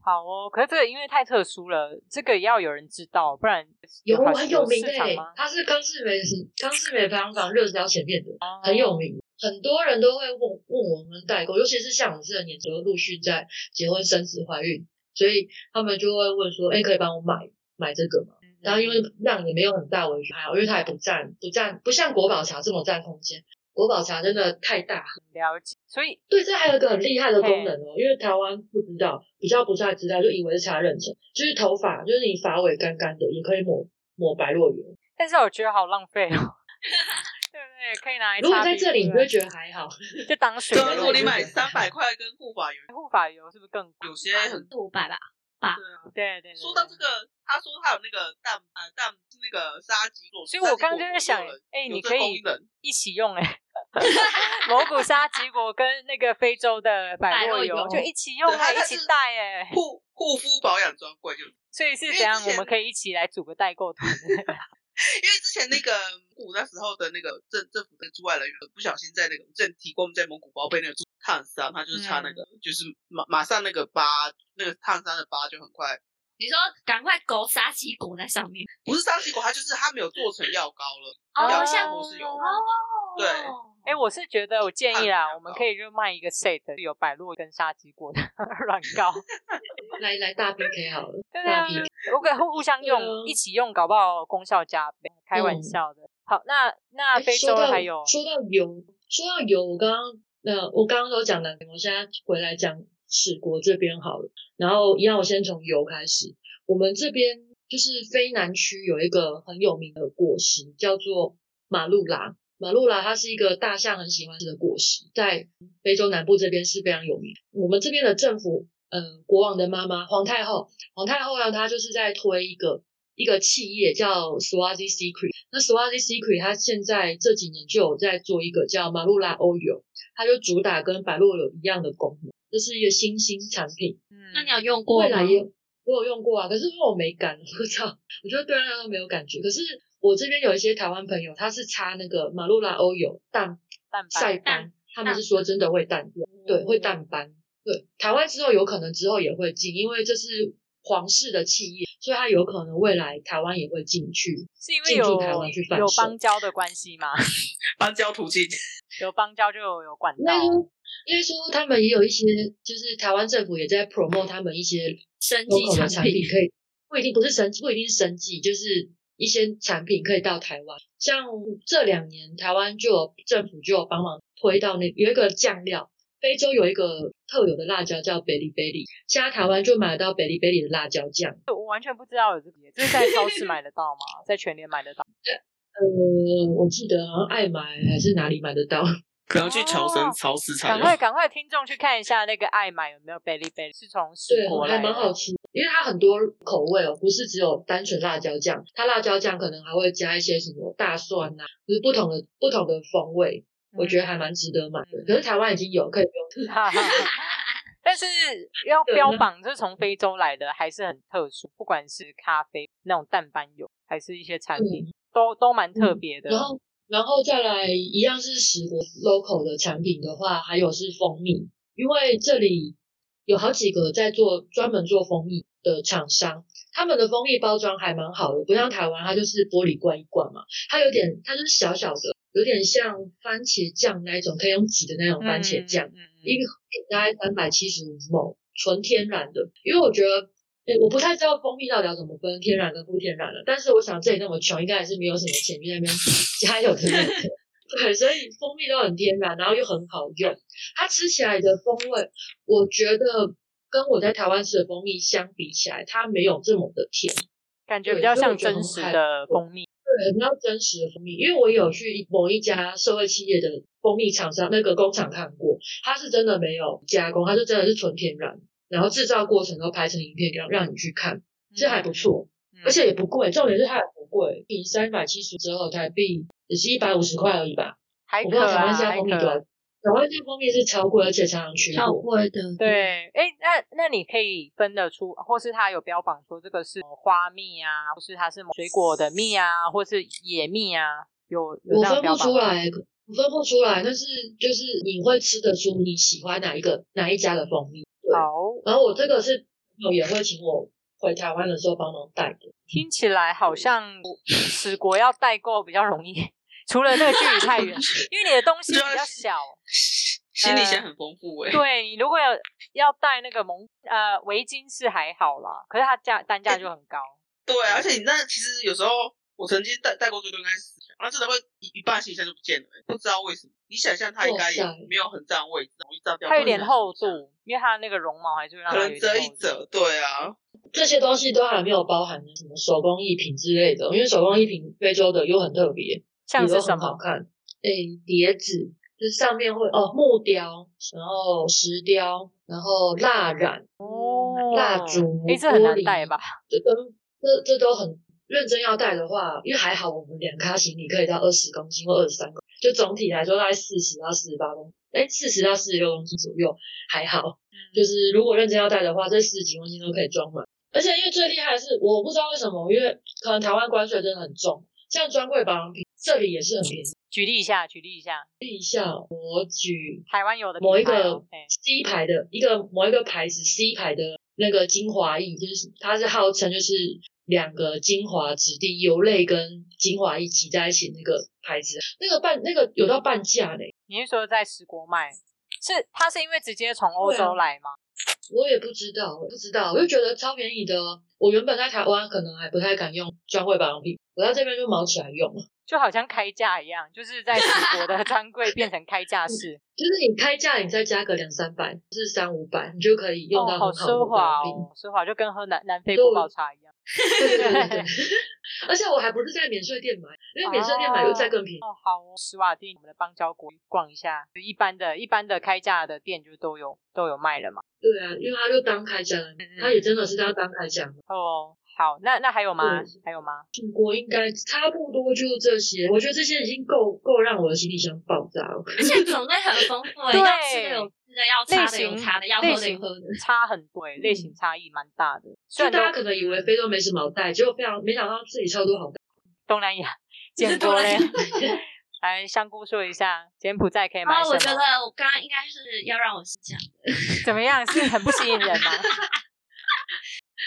好哦。可是这个因为太特殊了，这个也要有人知道，不然有好很有名的市场欸吗？它是康世美是康世美排行榜热销前面的，哦很有名。很多人都会问问我们代购，尤其是像我们这个年纪，都陆续在结婚、生子、怀孕，所以他们就会问说：“哎、可以帮我买买这个吗？”嗯然后因为量也没有很大，我觉得还好，因为它也不占不占不像国宝茶这么占空间，国宝茶真的太大。嗯了解，所以对，这还有一个很厉害的嘿功能哦，因为台湾不知道，比较不太知道，就以为是茶认证，就是头发，就是你发尾干干的，也可以抹抹白落油。但是我觉得好浪费哦。 对不对？可以拿来如果擦在屁这里，股啊你会觉得还好。 就当水对了。啊，如果你买对对对三百块跟护发油，护发油是不是更贵？有些很四五百吧。对对对。说到这个，他说他有那个蛋呃蛋那个沙棘果，所以我刚刚就在想沙棘果，哎、有你这可功以能一起用哎、 蘑菇沙棘果跟那个非洲的百百洛洛油油就一起用对啊，它一它起是带哎、护护肤保养专柜就所以是因为怎样？之我们前可以一起来组个代购团。因为之前那个蒙古那时候的那个政政府的驻外人员不小心在那个我们之前提过，我们在蒙古包被那个烫伤，他就是擦那个、就是马马上那个疤，那个烫伤的疤就很快，你说赶快勾沙棘果在上面不是沙棘果，它就是它没有做成药膏了，哦 药像膏或是油，对哦，哎、我是觉得我建议啦，看我们可以就卖一个 set 有百洛跟沙棘果的 软膏，来来大 PK 好了，对啊大 PK。我可以互互相对用，啊一起用，搞不好功效加倍。开玩嗯笑的。好，那那哎非说洲到还有说到油，说到油，我刚刚呃，我刚刚都讲南美，我现在回来讲史国这边好了。然后一样，我先从油开始。我们这边就是非南区有一个很有名的果实，叫做马路拉。马路拉它是一个大象很喜欢吃的果实，在非洲南部这边是非常有名。我们这边的政府，呃，国王的妈妈皇太后，皇太后让她就是在推一个一个企业叫 Swazi Secret。那 Swazi Secret 它现在这几年就有在做一个叫马路拉欧油，它就主打跟百洛油一样的功能，这是一个新兴产品。嗯那你有用过未吗来？也有我有用过啊，可是因为我没感，我不知道，我觉得对那个没有感觉。可是我这边有一些台湾朋友，他是擦那个马路拉欧油淡蛋白晒斑，他们是说真的会淡掉，嗯对，会淡斑。对，台湾之后有可能之后也会进，因为这是皇室的企业，所以它有可能未来台湾也会进去。是因为进有驻台湾去贩有售邦交的关系吗？ 斑胶途径。有邦交就有有管应道该。说，应该说他们也有一些，就是台湾政府也在 promote 他们一些生级 local 的产产品品，可以不一定不是生不一定是生计，就是一些产品可以到台湾。像这两年台湾就有政府就有帮忙推到那有一个酱料，非洲有一个特有的辣椒叫 b e l i b e l i 现在台湾就买得到 b e l i b e l i 的辣椒酱。我完全不知道有这个，这是在超市买得到吗？在全联买得到？呃，我记得好像爱买还是哪里买得到。可能去求生超市哦赶快赶快，听众去看一下那个爱买有没有 Belly Belly，是从对史，国来还的，蛮好吃的，因为它很多口味哦，不是只有单纯辣椒酱，它辣椒酱可能还会加一些什么大蒜呐、啊就是不同的不同的风味，我觉得还蛮值得买的。嗯啊可是台湾已经有，可以不用。 哈哈哈。但是要对标那榜这是从非洲来的，还是很特殊。不管是咖啡那种淡斑油，还是一些产品，都都蛮特别的。嗯然后，然后再来一样是十国 local 的产品的话，还有是蜂蜜，因为这里有好几个在做专门做蜂蜜的厂商，他们的蜂蜜包装还蛮好的，不像台湾它就是玻璃罐一罐嘛，它有点它就是小小的，有点像番茄酱那一种可以用挤的那种番茄酱，嗯，嗯嗯一个盒子大概三百七十五某，纯天然的。因为我觉得，诶、我不太知道蜂蜜到底要怎么分天然跟不天然的，但是我想这里那么穷，应该还是没有什么钱去那边 加油的那种。 对，所以蜂蜜都很天然，然后又很好用。它吃起来的风味，我觉得跟我在台湾吃的蜂蜜相比起来，它没有这么的甜。感觉对比较所以我像觉得真很实害的蜂蜜。对，比较真实的蜂蜜，因为我有去某一家社会企业的蜂蜜厂商那个工厂看过，它是真的没有加工，它是真的是纯天然，然后制造过程都拍成影片让让你去看，这还不错，嗯，而且也不贵，重点是它也不贵，比三百七十折合台币也是一百五十块而已吧，还我不可知道台啊，湾现在还蜂蜜可多少，台湾现在蜂蜜是超贵，而且常常缺超货。贵的。，对，哎、那那你可以分得出，或是它有标榜说这个是花蜜啊，或是它是水果的蜜啊，或是野蜜啊，有有我这样分标不榜出吗。来，我分不出来，但是就是你会吃得出你喜欢哪一个哪一家的蜂蜜。对好，然后我这个是朋友也会请我回台湾的时候帮忙带的。听起来好像史国要代购比较容易，除了那个距离太 远，因为你的东西比较小。行李箱很丰富哎、对你如果有要带那个蒙呃围巾是还好啦，可是它价单哎价就很高。对，啊而且你那其实有时候我曾经带带过最多应该是四箱，那真的会一一半行李箱就不见了、欸不知道为什么。你想象它应该也哇塞没有很占位置，容易占掉。它有点厚，度，因为它那个绒毛还是会让可它有能一折点一厚度。折，对啊，这些东西都还没有包含什么手工艺品之类的，因为手工艺品非洲的又很特别，像也都是什很好么？看。诶，碟子就是上面会哦木雕，然后石雕，然后蜡染，哦蜡烛哎，这很玻难璃带吧？这跟这这都很认真要带的话，因为还好我们两咖行李可以到二十公斤或二十三公斤，就总体来说大概四十到四十八公，哎，四十到四十六公斤左右，还好。就是如果认真要带的话，这四十几公斤都可以装满。而且因为最厉害的是，我不知道为什么，因为可能台湾关税真的很重，像专柜保养品这里也是很便宜。举例一下，举例一下，哦我举台湾有的某一品牌个哦嘿 C 牌的一个某一个牌子 C 牌的那个精华液，就是它是号称就是两个精华质地油类跟精华液挤在一起那个牌子，那个半那个有到半价嘞，你是说在十国卖？是它是因为直接从欧对啊洲来吗？我也不知道，我不知道，我就觉得超便宜的哦。我原本在台湾可能还不太敢用专柜保养品，我在这边就毛起来用了。就好像开价一样，就是在十国的专柜变成开价室，就是你开价，你再加个两三百，就是三五百，你就可以用哦，到好很好的奢保华养品。哦，奢华就跟喝南南非对国宝茶一样。对对对对， 而且我还不是在免税店买，因为免税店买又再更便宜。哦，好哦，史瓦蒂，我们的邦交国逛一下，就一般的、一般的开价的店就都有都有卖了嘛。对啊，因为他就当开箱，他也真的是要当开箱。哦，好，那那还有吗对？还有吗？中国应该差不多就这些，我觉得这些已经够够让我的行李箱爆炸了。而且种类很丰富、欸，对要吃的有吃的，要类擦的有型擦的，要类喝的有型喝的。差很多欸，类型差异蛮大的。虽就然大家都可能以为非洲没什么好带，结果非常没想到自己超多好带。东南亚是见东过南嘞亚，来香菇说一下，柬埔寨可以买啊，什么？我觉得我刚刚应该是要让我是讲，怎么样是很不吸引人吗？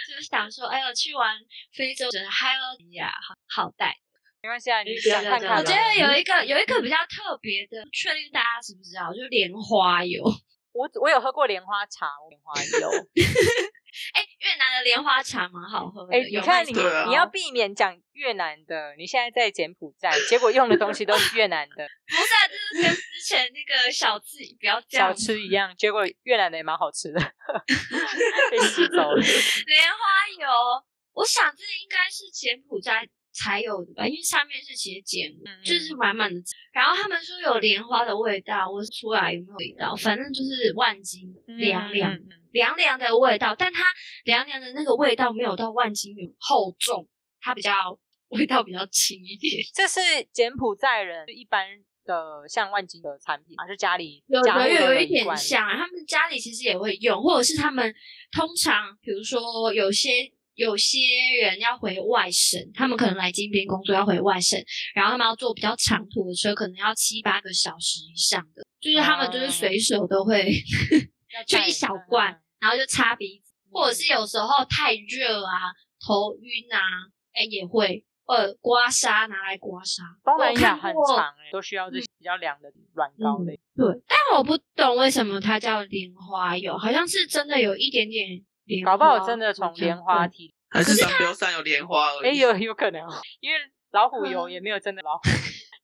就是想说，哎呦，去玩非洲，觉得还有呀，好好带。没关系啊，你你不要想这看样看我这觉样啊。得有一个有一个比较特别的，不确定大家知不知道，就是莲花油。我我有喝过莲花茶，莲花油。 哎，越南的莲花茶蛮好喝的，哎、你有看卖你、对啊你要避免讲越南的，你现在在柬埔寨，结果用的东西都是越南的不是、啊，就是跟之前那个小自己不要 这样小。吃一样，结果越南的也蛮好 吃的，被吸走 了。莲花油，我想这应该是柬埔寨才有的吧，因为上面是写柬，嗯就是满满的。然后他们说有莲花的味道，我出来有没有味道？反正就是万金 凉嗯凉、嗯凉凉的味道，但它凉凉的那个味道没有到万金油厚重，它比较味道比较轻一点。这是柬埔寨人一般的像万金的产品嘛，就家里有家的里有有一一点罐像啊，他们家里其实也会用，或者是他们通常，比如说有些有些人要回外省，他们可能来金边工作要回外省，然后他们要坐比较长途的车，可能要七八个小时以上的，就是他们就是哦随手都会要就带一小嗯嗯罐嗯，然后就擦鼻子，或者是有时候太热啊、头晕啊，哎、也会呃刮痧拿来刮痧，东我南亚看很过嗯长、欸，都需要这些比较凉的软膏类。对，但我不懂为什么它叫莲花油，好像是真的有一点点莲花，搞不好真的从莲花对。提，还是商标上有莲花而 哎、已。有有可能哦，因为老虎油 嗯也没有真的老虎，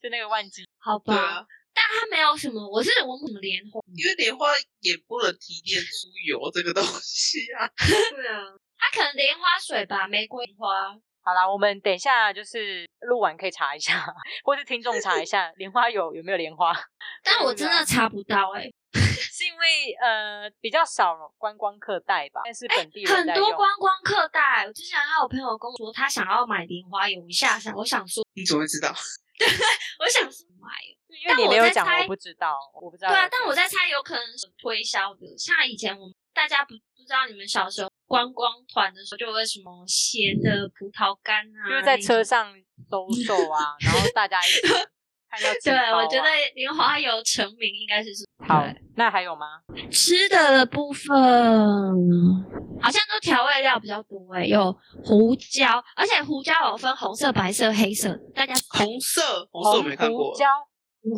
就那个万金。好对吧，啊，但它没有什么，我是我什么莲花，因为莲花也不能提炼出油这个东西啊。 对啊，它可能莲花水吧，玫瑰花，好啦，我们等一下就是录完可以查一下，或是听众查一下莲花有有没有莲花， 但啊我真的查不到哎、是因为呃比较少观光客带吧，但是本地人哎很在用。多观光客带。我之前还有朋友跟我说，他想要买莲花油一下下，我想说，你怎么会知道？我想说买。因为你但我没有在讲，猜我不知道，我不知道对有这啊个。，但我在猜，有可能是推销的。像以前我们大家不不知道，你们小时候观光团的时候，就会什么咸的葡萄干啊，就是在那车种上 兜售啊，然后大家一起看到、啊对，我觉得莲花油成名应该是是好。那还有吗？吃的的部分，好像都调味料比较多诶、有胡椒，而且胡椒有分红色、白色、黑色，大家红色，红色我没看过胡。椒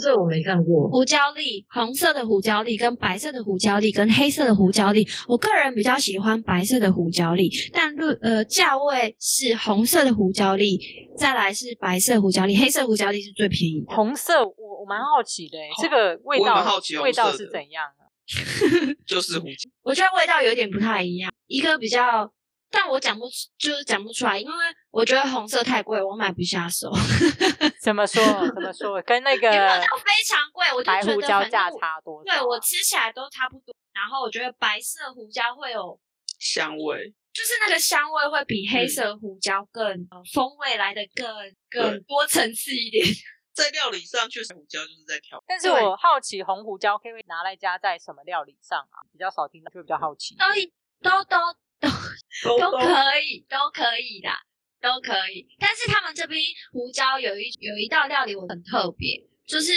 这我没看过，哦胡椒粒，红色的胡椒粒跟白色的胡椒粒跟黑色的胡椒粒，我个人比较喜欢白色的胡椒粒，但论呃价位是红色的胡椒粒，再来是白色胡椒粒，黑色胡椒粒是最便宜的。红色，我我蛮好奇的欸，好这个味哦我也道蛮好奇红味道色是的怎样的？嗯就是胡椒，我觉得味道有点不太一样，一个比较，但我讲不出，就是讲不出来，因为我觉得红色太贵，我买不下手。怎么说？怎么说？跟 那也没有个到非常贵，我就白觉胡得椒反价正我差多少啊？对我吃起来都差不多。然后我觉得白色胡椒会有，香味，就是那个香味会比黑嗯色胡椒更、呃风味来的更更多层次一 点。在料理上确实胡椒就是在调。但是对我好奇红胡椒可以拿来加在什么料理上啊？比较少听到，就比较好奇。都一都都都都可以，都可以啦，都可以。但是他们这边胡椒有一有一道料理我很特别，就是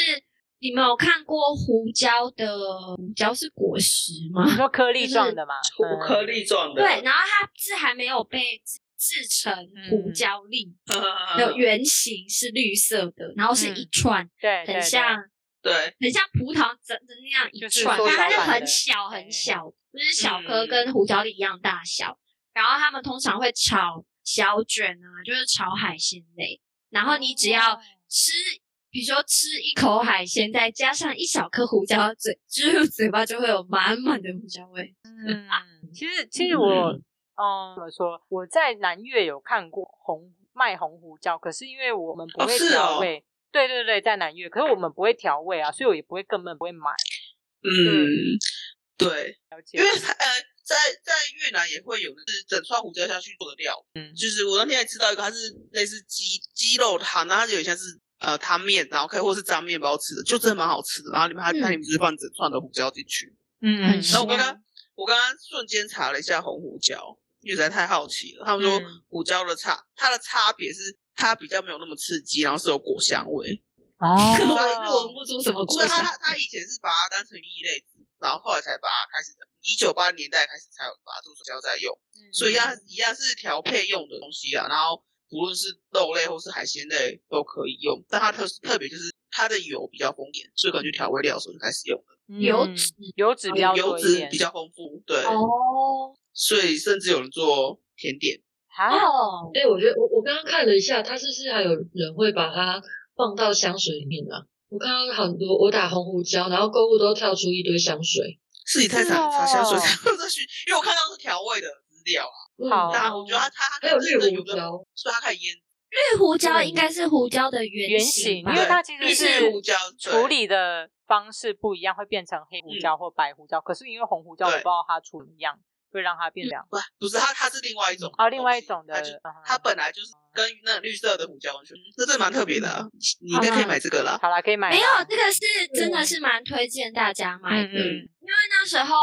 你们有看过胡椒的胡椒是果实吗你？说颗粒就是状的嘛？五颗嗯粒状的， 对，然后它是还没有被制制成胡椒粒的对，圆形是绿色的，然后是一嗯串，对，对很像对，很像葡萄整的那样一就是串，缩但它小就版的很小哎很小，就是小颗嗯跟胡椒粒一样大小。然后他们通常会炒小卷啊，就是炒海鲜类。然后你只要哦吃，比如说吃一口海鲜，再加上一小颗胡椒，嘴就是 嘴巴就会有满满的胡椒味。 嗯，其实其实我，嗯，怎么说？我在南越有看过红卖红胡椒，可是因为我们不哦会是调哦味，对对对，在南越，可是我们不会调味啊，所以我也不会根本不会买。嗯，对，了解因为它呃，在在越南也会有就是整串胡椒下去做的料，嗯就是我那天还吃到一个，它是类似鸡鸡肉汤，然后它有点像是呃汤面，然后可以或是沾面包吃的，就真的蛮好吃的。然后里面它、它嗯里面就是放整串的胡椒进去，嗯然很后香我刚刚我刚刚瞬间查了一下红胡椒，因为实在太好奇了。他们说嗯胡椒的差，它的差别是它比较没有那么刺激，然后是有果香味。我闻哦，不出什么所果以它香。它它以前是把它当成异类植物，然后后来才把它开始，一九八零年代开始才有把它做胡椒在用。所以一样嗯一样是调配用的东西啊。然后无论是肉类或是海鲜类都可以用，但它特特别就是它的油比较丰点，所以可能就调味料的时候就开始用了，嗯油脂油脂比较嗯油多一脂点比较丰富，对，哦嗯所以甚至有人做甜点，啊，哦，哎、我觉得我我刚刚看了一下，它是不是还有人会把它放到香水里面啊？我看到很多，我打红胡椒，然后购物都跳出一堆香水。是你太是常哦擦香 水才会再去，因为我看到是调味的资料啊，嗯好但我觉哦得它它还有它真的绿有胡个，椒，所以它可以腌绿胡椒应该是胡椒的圆原形，型吧因为对它其绿实是色胡椒对处理的方式不一样，会变成黑胡嗯椒或白胡椒。可是因为红胡椒，我不对知道它处理一样，会让它变凉。不不是它它是另外一种哦另外一东种西的它就嗯哼它本来就是哦跟那个绿色的胡椒完全，这真的蛮特别的啊、嗯你应该可以买这个啦。好啦，可以买啦。没有，这个是真的是蛮推荐大家买的，嗯嗯因为那时候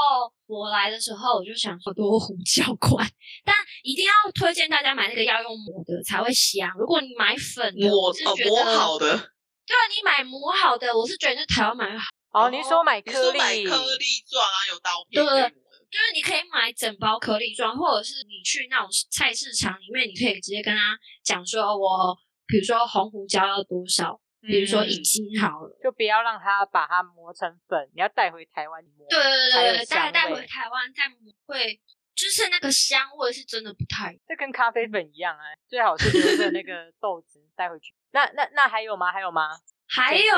我来的时候，我就想说多胡椒块，但一定要推荐大家买那个要用磨的才会香。如果你买粉磨的，嗯我是哦觉得，磨好的，对，啊你买磨好的，我是觉得台湾买好，哦，你是说买你颗说买粒？颗粒状啊，有刀片可以对磨的，就是你可以买整包颗粒装，或者是你去那种菜市场里面，你可以直接跟他讲说，哦我比如说红胡椒要多少，比如说一嗯斤好了。就不要让它把它磨成粉，你要带回台湾磨。对对才有对对，带香带味回台湾再抹会，就是那个香味是真的不太一样。这跟咖嗯啡粉一样啊，最好是留着那个豆子带回去。那那那还有吗？还有吗？还对有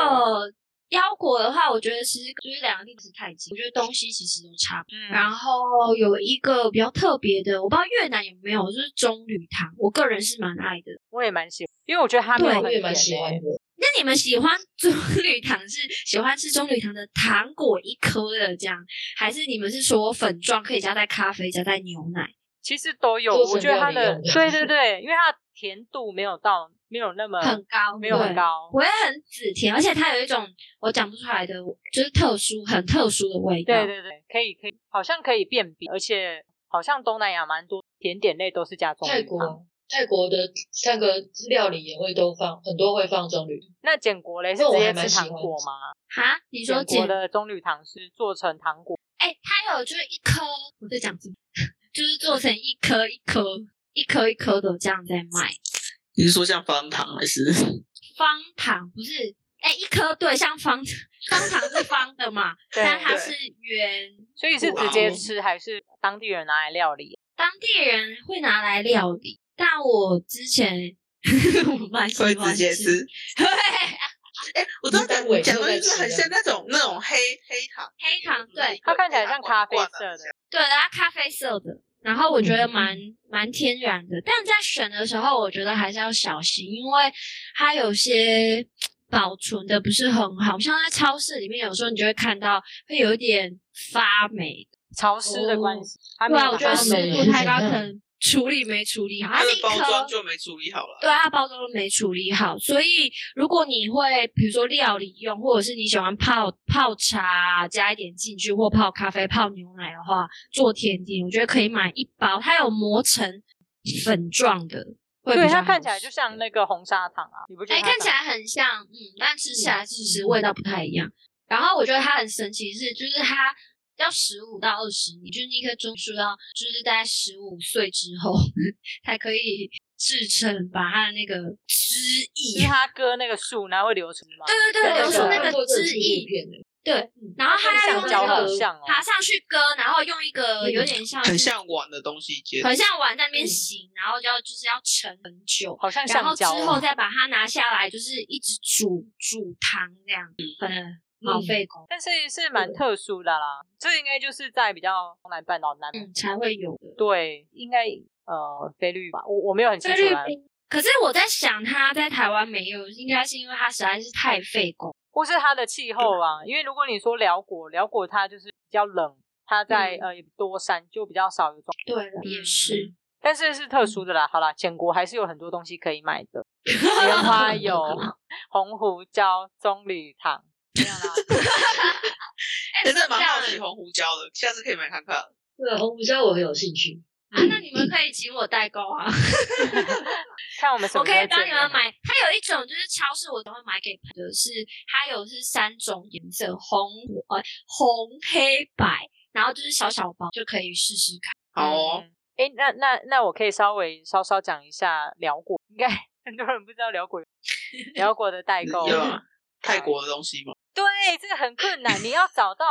腰果的话，我觉得其实就是两个地方是太近，我觉得东西其实都差不多。嗯然后有一个比较特别的，我不知道越南有没有，就是棕榈糖，我个人是蛮爱的。我也蛮喜欢，因为我觉得它没对有我很也甜、蛮喜欢欸，的。那你们喜欢棕榈糖是喜欢吃棕榈糖的糖果一颗的这样，还是你们是说粉状可以加在咖啡、加在牛奶？其实都有。做我成觉得它料理的用的对对对，因为它的甜度没有到没有那么很高，呃没有很对高，我也很紫甜，而且它有一种我讲不出来的，就是特殊、很特殊的味道。对对对，可以可以，好像可以辨别，而且好像东南亚蛮多甜点类都是加棕泰榈糖。国泰国的那个料理也会都放，很多会放棕榈。那简国嘞是那直我接还蛮吃喜糖欢果吗？哈，你说简国简的棕榈糖是做成糖果，哎、它有就是一颗，我在讲什么？ 就是做成一颗一颗、一颗一颗的这样在卖。你是说像方糖还是？方糖不是，哎、一颗对，像方 方糖是方的嘛，对但它 对是圆。所以是直接吃还是当地人拿来料理？当地人会拿来料理，但我之前 我蛮喜会欢直接吃，吃？对，哎、我知道单讲尾讲就到在就是吃很的像那种那种黑黑糖，黑糖对，它看起来像咖啡色的，对，它咖啡色的，然后我觉得蛮蛮天然的，但在选的时候，我觉得还是要小心，因为它有些保存的不是很好，像在超市里面，有时候你就会看到会有一点发霉，潮湿的关系，它没对啊，有我把觉得它湿发霉度太高，嗯可能处理没处理好，它它的啊是一啊包装颗。就没处理好了。对，它包装都没处理好，所以如果你会比如说料理用，或者是你喜欢泡泡茶啊加一点进去，或泡咖啡、泡牛奶的话，做甜点，我觉得可以买一包，它有磨成粉状的，会比对较它好看起来就吃像那个红砂糖啊，你不觉哎、得它长？看起来很像，嗯，但吃起来其实嗯味道不太一样。然后我觉得它很神奇是，就是它要十五到二十年，就是那棵棕树要就是大概十五岁之后 才可以制成，把它的那个汁是液，它割那个树，然后会流出吗？对对对，对流出那看个过这汁纪录液，片欸对，嗯然后它要用橡胶那好个像哦，嗯爬上去割，然后用一个有点啊像是很像碗的东西接。很像碗在那边嗯醒，然后就要就是要盛很久，好像然橡后之胶哦。后再把它拿下来，就是一直煮煮汤这样，可能好费工，但是是蛮特殊的啦，这应该就是在比较东南半岛南，嗯，才会有的。对，应该呃菲律宾吧，我我没有很清楚啦，宾，可是我在想，它在台湾没有，应该是因为它实在是太费工。或是它的气候啊，因为如果你说辽国，辽国它就是比较冷，它在、嗯呃也多山，就比较少有种，对了，也是。但是是特嗯殊的啦。好啦，简国还是有很多东西可以买 的，莲花油、红胡椒、棕榈糖，没有啦。 哎真的蛮好嗯奇红胡椒的，下次可以买看看。对啊，红胡椒我很有兴趣。啊，那你们可以请我代购 啊，看我们什我么时可候以帮你见面们买。它有一种就是超市我都会买给朋友，是它有是三种颜色，红呃红黑白，然后就是小小包就可以试试看。好哦，嗯。哎、那那那我可以稍微稍稍讲一下辽国，应该 很多人不知道辽国有辽国的代购。有啊泰国的东西吗？对，这个很困难，你要找到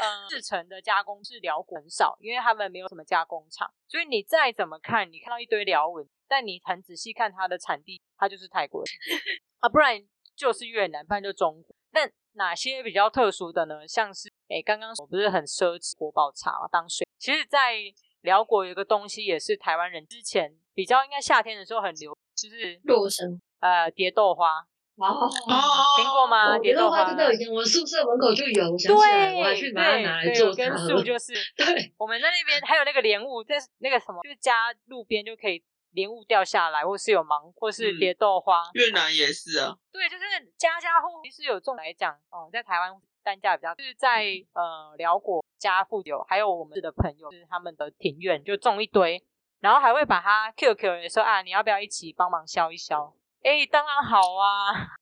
呃制成的加工是辽国很少，因为他们没有什么加工厂，所以你再怎么看，你看到一堆辽文，但你很仔细看它的产地，它就是泰国人啊，不然就是越南，不然就中国。但哪些比较特殊的呢？像是哎，诶刚刚我不是很奢侈国宝茶嘛当水，其实，在辽国有一个东西也是台湾人之前比较应该夏天的时候很流，就是洛神呃蝶豆花，哦，听过吗？哦蝶豆花花真的以前我们宿舍门口就有，我想起来对，我还去把它对拿来对做有茶根喝树。就是对，哎我们在那边还有那个莲雾，在那个什么，就是家路边就可以莲雾掉下来，或是有芒，或是嗯蝶豆花，越南也是啊，对，就是家家户户其实有种来讲，哦、在台湾单价比较，就是在呃辽国家富有，还有我们的朋友，就是他们的庭院就种一堆，然后还会把它 QQ 人说啊，你要不要一起帮忙削一削？哎，当然好 啊！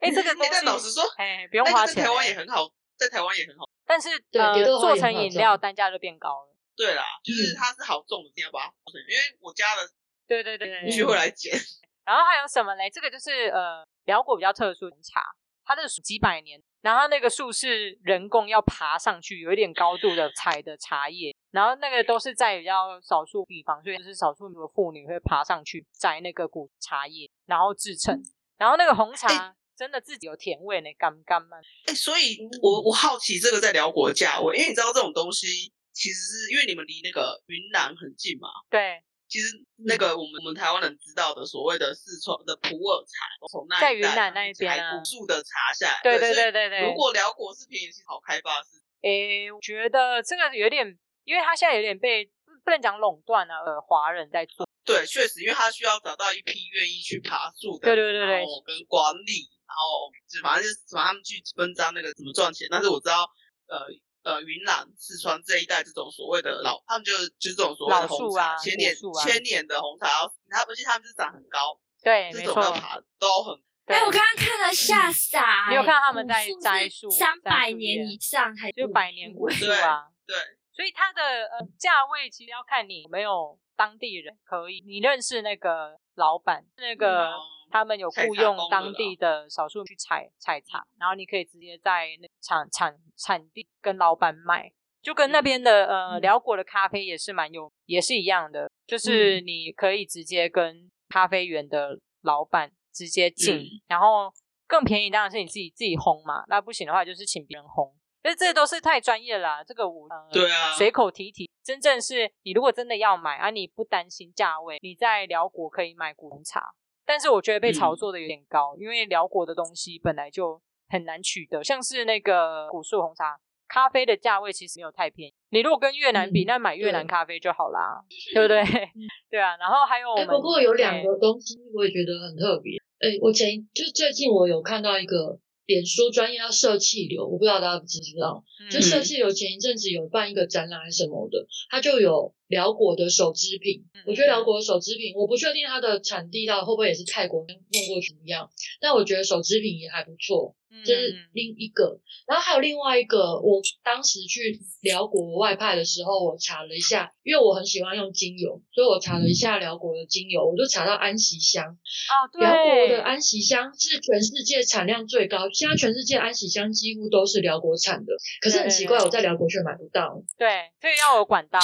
哎，这个东哎，但老西，实说，哎，不用花但是在钱台湾欸也很好，在台湾也很好。但是对呃蝶豆，花做也成很好饮料种单价就变高了。对啦，就是嗯它是好种的，一定要把它种成。因为我家的对对对对。邻居会来捡， 然后还有什么嘞？这个就是呃，辽国比较特殊的茶，它的几百年，然后那个树是人工要爬上去，有一点高度的采的茶叶，然后那个都是在比较少数地方，所以就是少数民族嗯的妇女会爬上去摘那个古茶叶，然后制成。然后那个红茶哎真真的自己有甜味呢，干不干嘛？哎、所以嗯我我好奇这个在辽国的价位，因为你知道这种东西其实是因为你们离那个云南很近嘛，对，其实嗯那个我们、我们台湾人知道的所谓的四川的普洱茶，从那一在云带南那一边采啊古树的茶下来，对对对所对以对对。如果辽国是便宜是好开发的事情，诶，我觉得这个有点，因为他现在有点被不能讲垄断啊，呃，华人在做，对，确实，因为他需要找到一批愿意去爬树的，对对对对然后跟管理，然后就反正就是反正他们去分赃那个怎么赚钱。但是我知道，呃呃，云南、四川这一带这种所谓的老，他们就是就是这种所谓的老树红茶，啊千古年、树啊千年的红茶，他而且他们是长很高，对，这没种错要，爬都很对哎、，我刚刚看了吓啊傻、欸，哎你有看到他们在摘树三摘百树年叶以上还就百年古贵。树啊，对对所以它的呃价位其实要看你有没有当地人，可以你认识那个老板，那个嗯他们有采雇茶用工的当地的少数去采采茶，然后你可以直接在那产产产地跟老板买，就跟那边的呃嗯辽国的咖啡也是蛮有，也是一样的，就是嗯你可以直接跟咖啡园的老板直接进，嗯然后更便宜当然是你自己自己烘嘛，那不行的话就是请别人烘。但是这都是太专业啦、这个我、呃、对啊随口提提。真正是你如果真的要买啊，你不担心价位，你在辽国可以买古龙茶，但是我觉得被嗯炒作的有点高，因为辽国的东西本来就很难取得，像是那个古树红茶。咖啡的价位其实没有太便宜，你如果跟越南比，嗯那买越南对嗯咖啡就好啦，对不对？ 对啊，然后还有我哎、们，不过有两哎个东西我也觉得很特别。哎、我前就最近我有看到一个脸书专业要射气流，我不知道大家知不知道？就嗯射气流前一阵子有办一个展览还是什么的，它就有辽国的手织品。嗯我觉得辽国的手织品，我不确定它的产地到底会不会也是泰国弄过去一样，但我觉得手织品也还不错。嗯这是另一个。然后还有另外一个，我当时去辽国外派的时候，我查了一下，因为我很喜欢用精油，所以我查了嗯一下辽国的精油，我就查到安息香。哦，对，辽国的安息香是全世界产量最高，现在全世界安息香几乎都是辽国产的。可是很奇怪，对对对我在辽国却买不到，对，所以要有管道，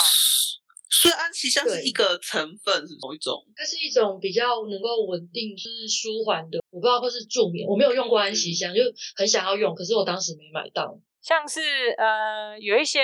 所以安琪香是对一个成分，是某一种它是一种比较能够稳定，就是舒缓的，我不知道或是助眠。我没有用过安息香，就很想要用，可是我当时没买到。像是呃有一些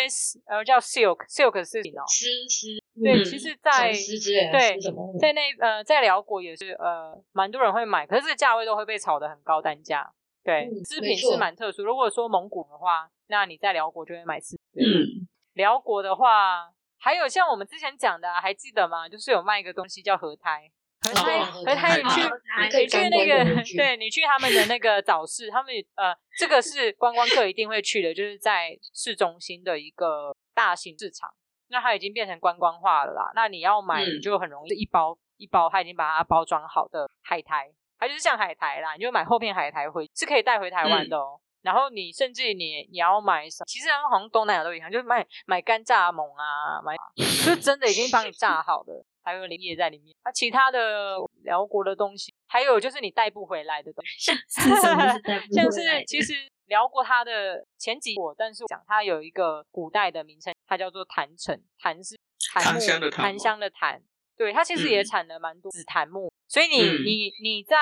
呃叫 silk silk 是什么？丝丝，对，嗯其实在，蚕丝之类的，对是什么？在那呃在辽国也是呃蛮多人会买，可是价位都会被炒得很高单价。对嗯，织没品是错蛮特殊。如果说蒙古的话，那你在辽国就会买丝。嗯，辽国的话，还有像我们之前讲的啊、还记得吗？就是有卖一个东西叫合胎，合胎，哦合胎你合去胎哦可以你去观那光的个那，句对你去他们的那个早市，他们呃，这个是观光客一定会去的，就是在市中心的一个大型市场。那它已经变成观光化了啦，那你要买嗯你就很容易一包一包，它已经把它包装好的海苔，它就是像海苔啦，你就买后片海苔回是可以带回台嗯湾的哦。然后你甚至你你要买什么，其实好像东南亚都一样，就是买买干炸蜢啊， 买就真的已经帮你炸好了，还有林叶在里面。那、其他的辽国的东西，还有就是你带不回来的东西，像 是什么是带不像回来是的其实辽国它的前几我，但是我讲它有一个古代的名称，它叫做坛城，坛是檀木香的檀檀吗香的檀，对，它其实也嗯产了蛮多紫檀木，所以你、嗯你你在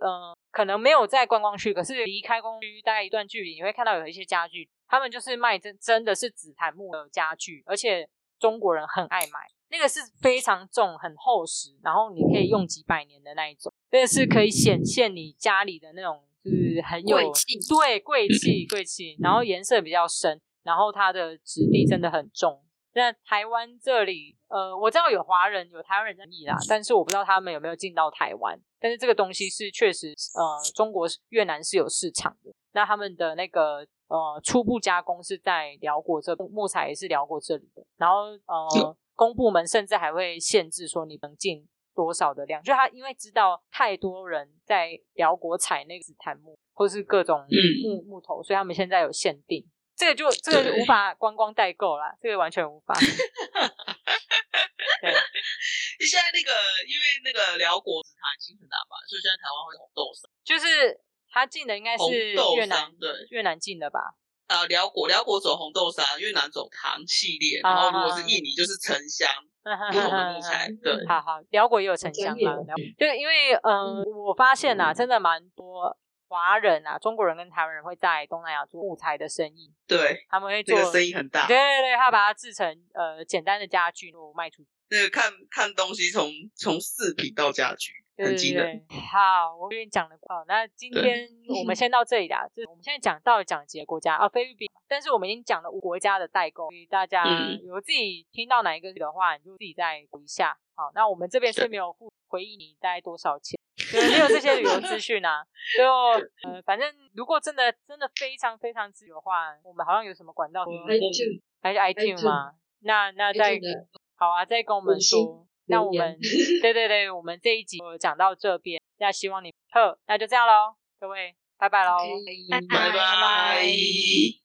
呃，可能没有在观光区，可是离开观光区大概一段距离，你会看到有一些家具，他们就是卖真真的是紫檀木的家具，而且中国人很爱买，那个是非常重、很厚实，然后你可以用几百年的那一种，那个是可以显现你家里的那种就是很有贵气对贵气贵气，然后颜色比较深，然后它的质地真的很重。那台湾这里，呃，我知道有华人有台湾人在意啦，但是我不知道他们有没有进到台湾。但是这个东西是确实，呃，中国越南是有市场的。那他们的那个呃初步加工是在辽国这，木材也是辽国这里的。然后嗯呃，公部门甚至还会限制说你能进多少的量，就他因为知道太多人在辽国采那个紫檀木或是各种嗯木木头，所以他们现在有限定。这个就这个就对无法观光代购啦，这个完全 无法。对，现在那个因为那个辽国紫檀已经很难买，所以现在台湾会有红豆商，就是他进的应该红是豆越南商对。越南进的吧？ 呃，辽国辽国走红豆沙，越南走糖系列，然后如啊果是印尼就是沉香，不同的木材，对，好好，辽国也有沉香专业啦哦，啊嗯辽就因为嗯、呃我发现呐、真的蛮多华人啊，中国人跟台湾人会在东南亚做木材的生意，对，他们会那做个生意很啊大对。对对，他把它制成呃简单的家具，然后卖出去。那个看看东西从从饰品到家具，对很对惊人。对好，我跟你讲的好，那今对天我们先到这里啦。就是我们现在讲到底讲几个国家啊，菲律宾，但是我们已经讲了五国家的代购，所以大家嗯有自己听到哪一个的话，你就自己再读一下。好，那我们这边是对没有回回忆你大概多少钱，就是没有这些旅游资讯啊。就呃，反正如果真的真的非常非常自由的话，我们好像有什么管道，哎，就还是 iTune 嘛？那那再 iTune 的好啊，再跟我们五星说。那留我言 们对对对，我们这一集就讲到这边，那哎希望你呵，那就这样喽，各位，拜拜喽。可以拜拜拜拜。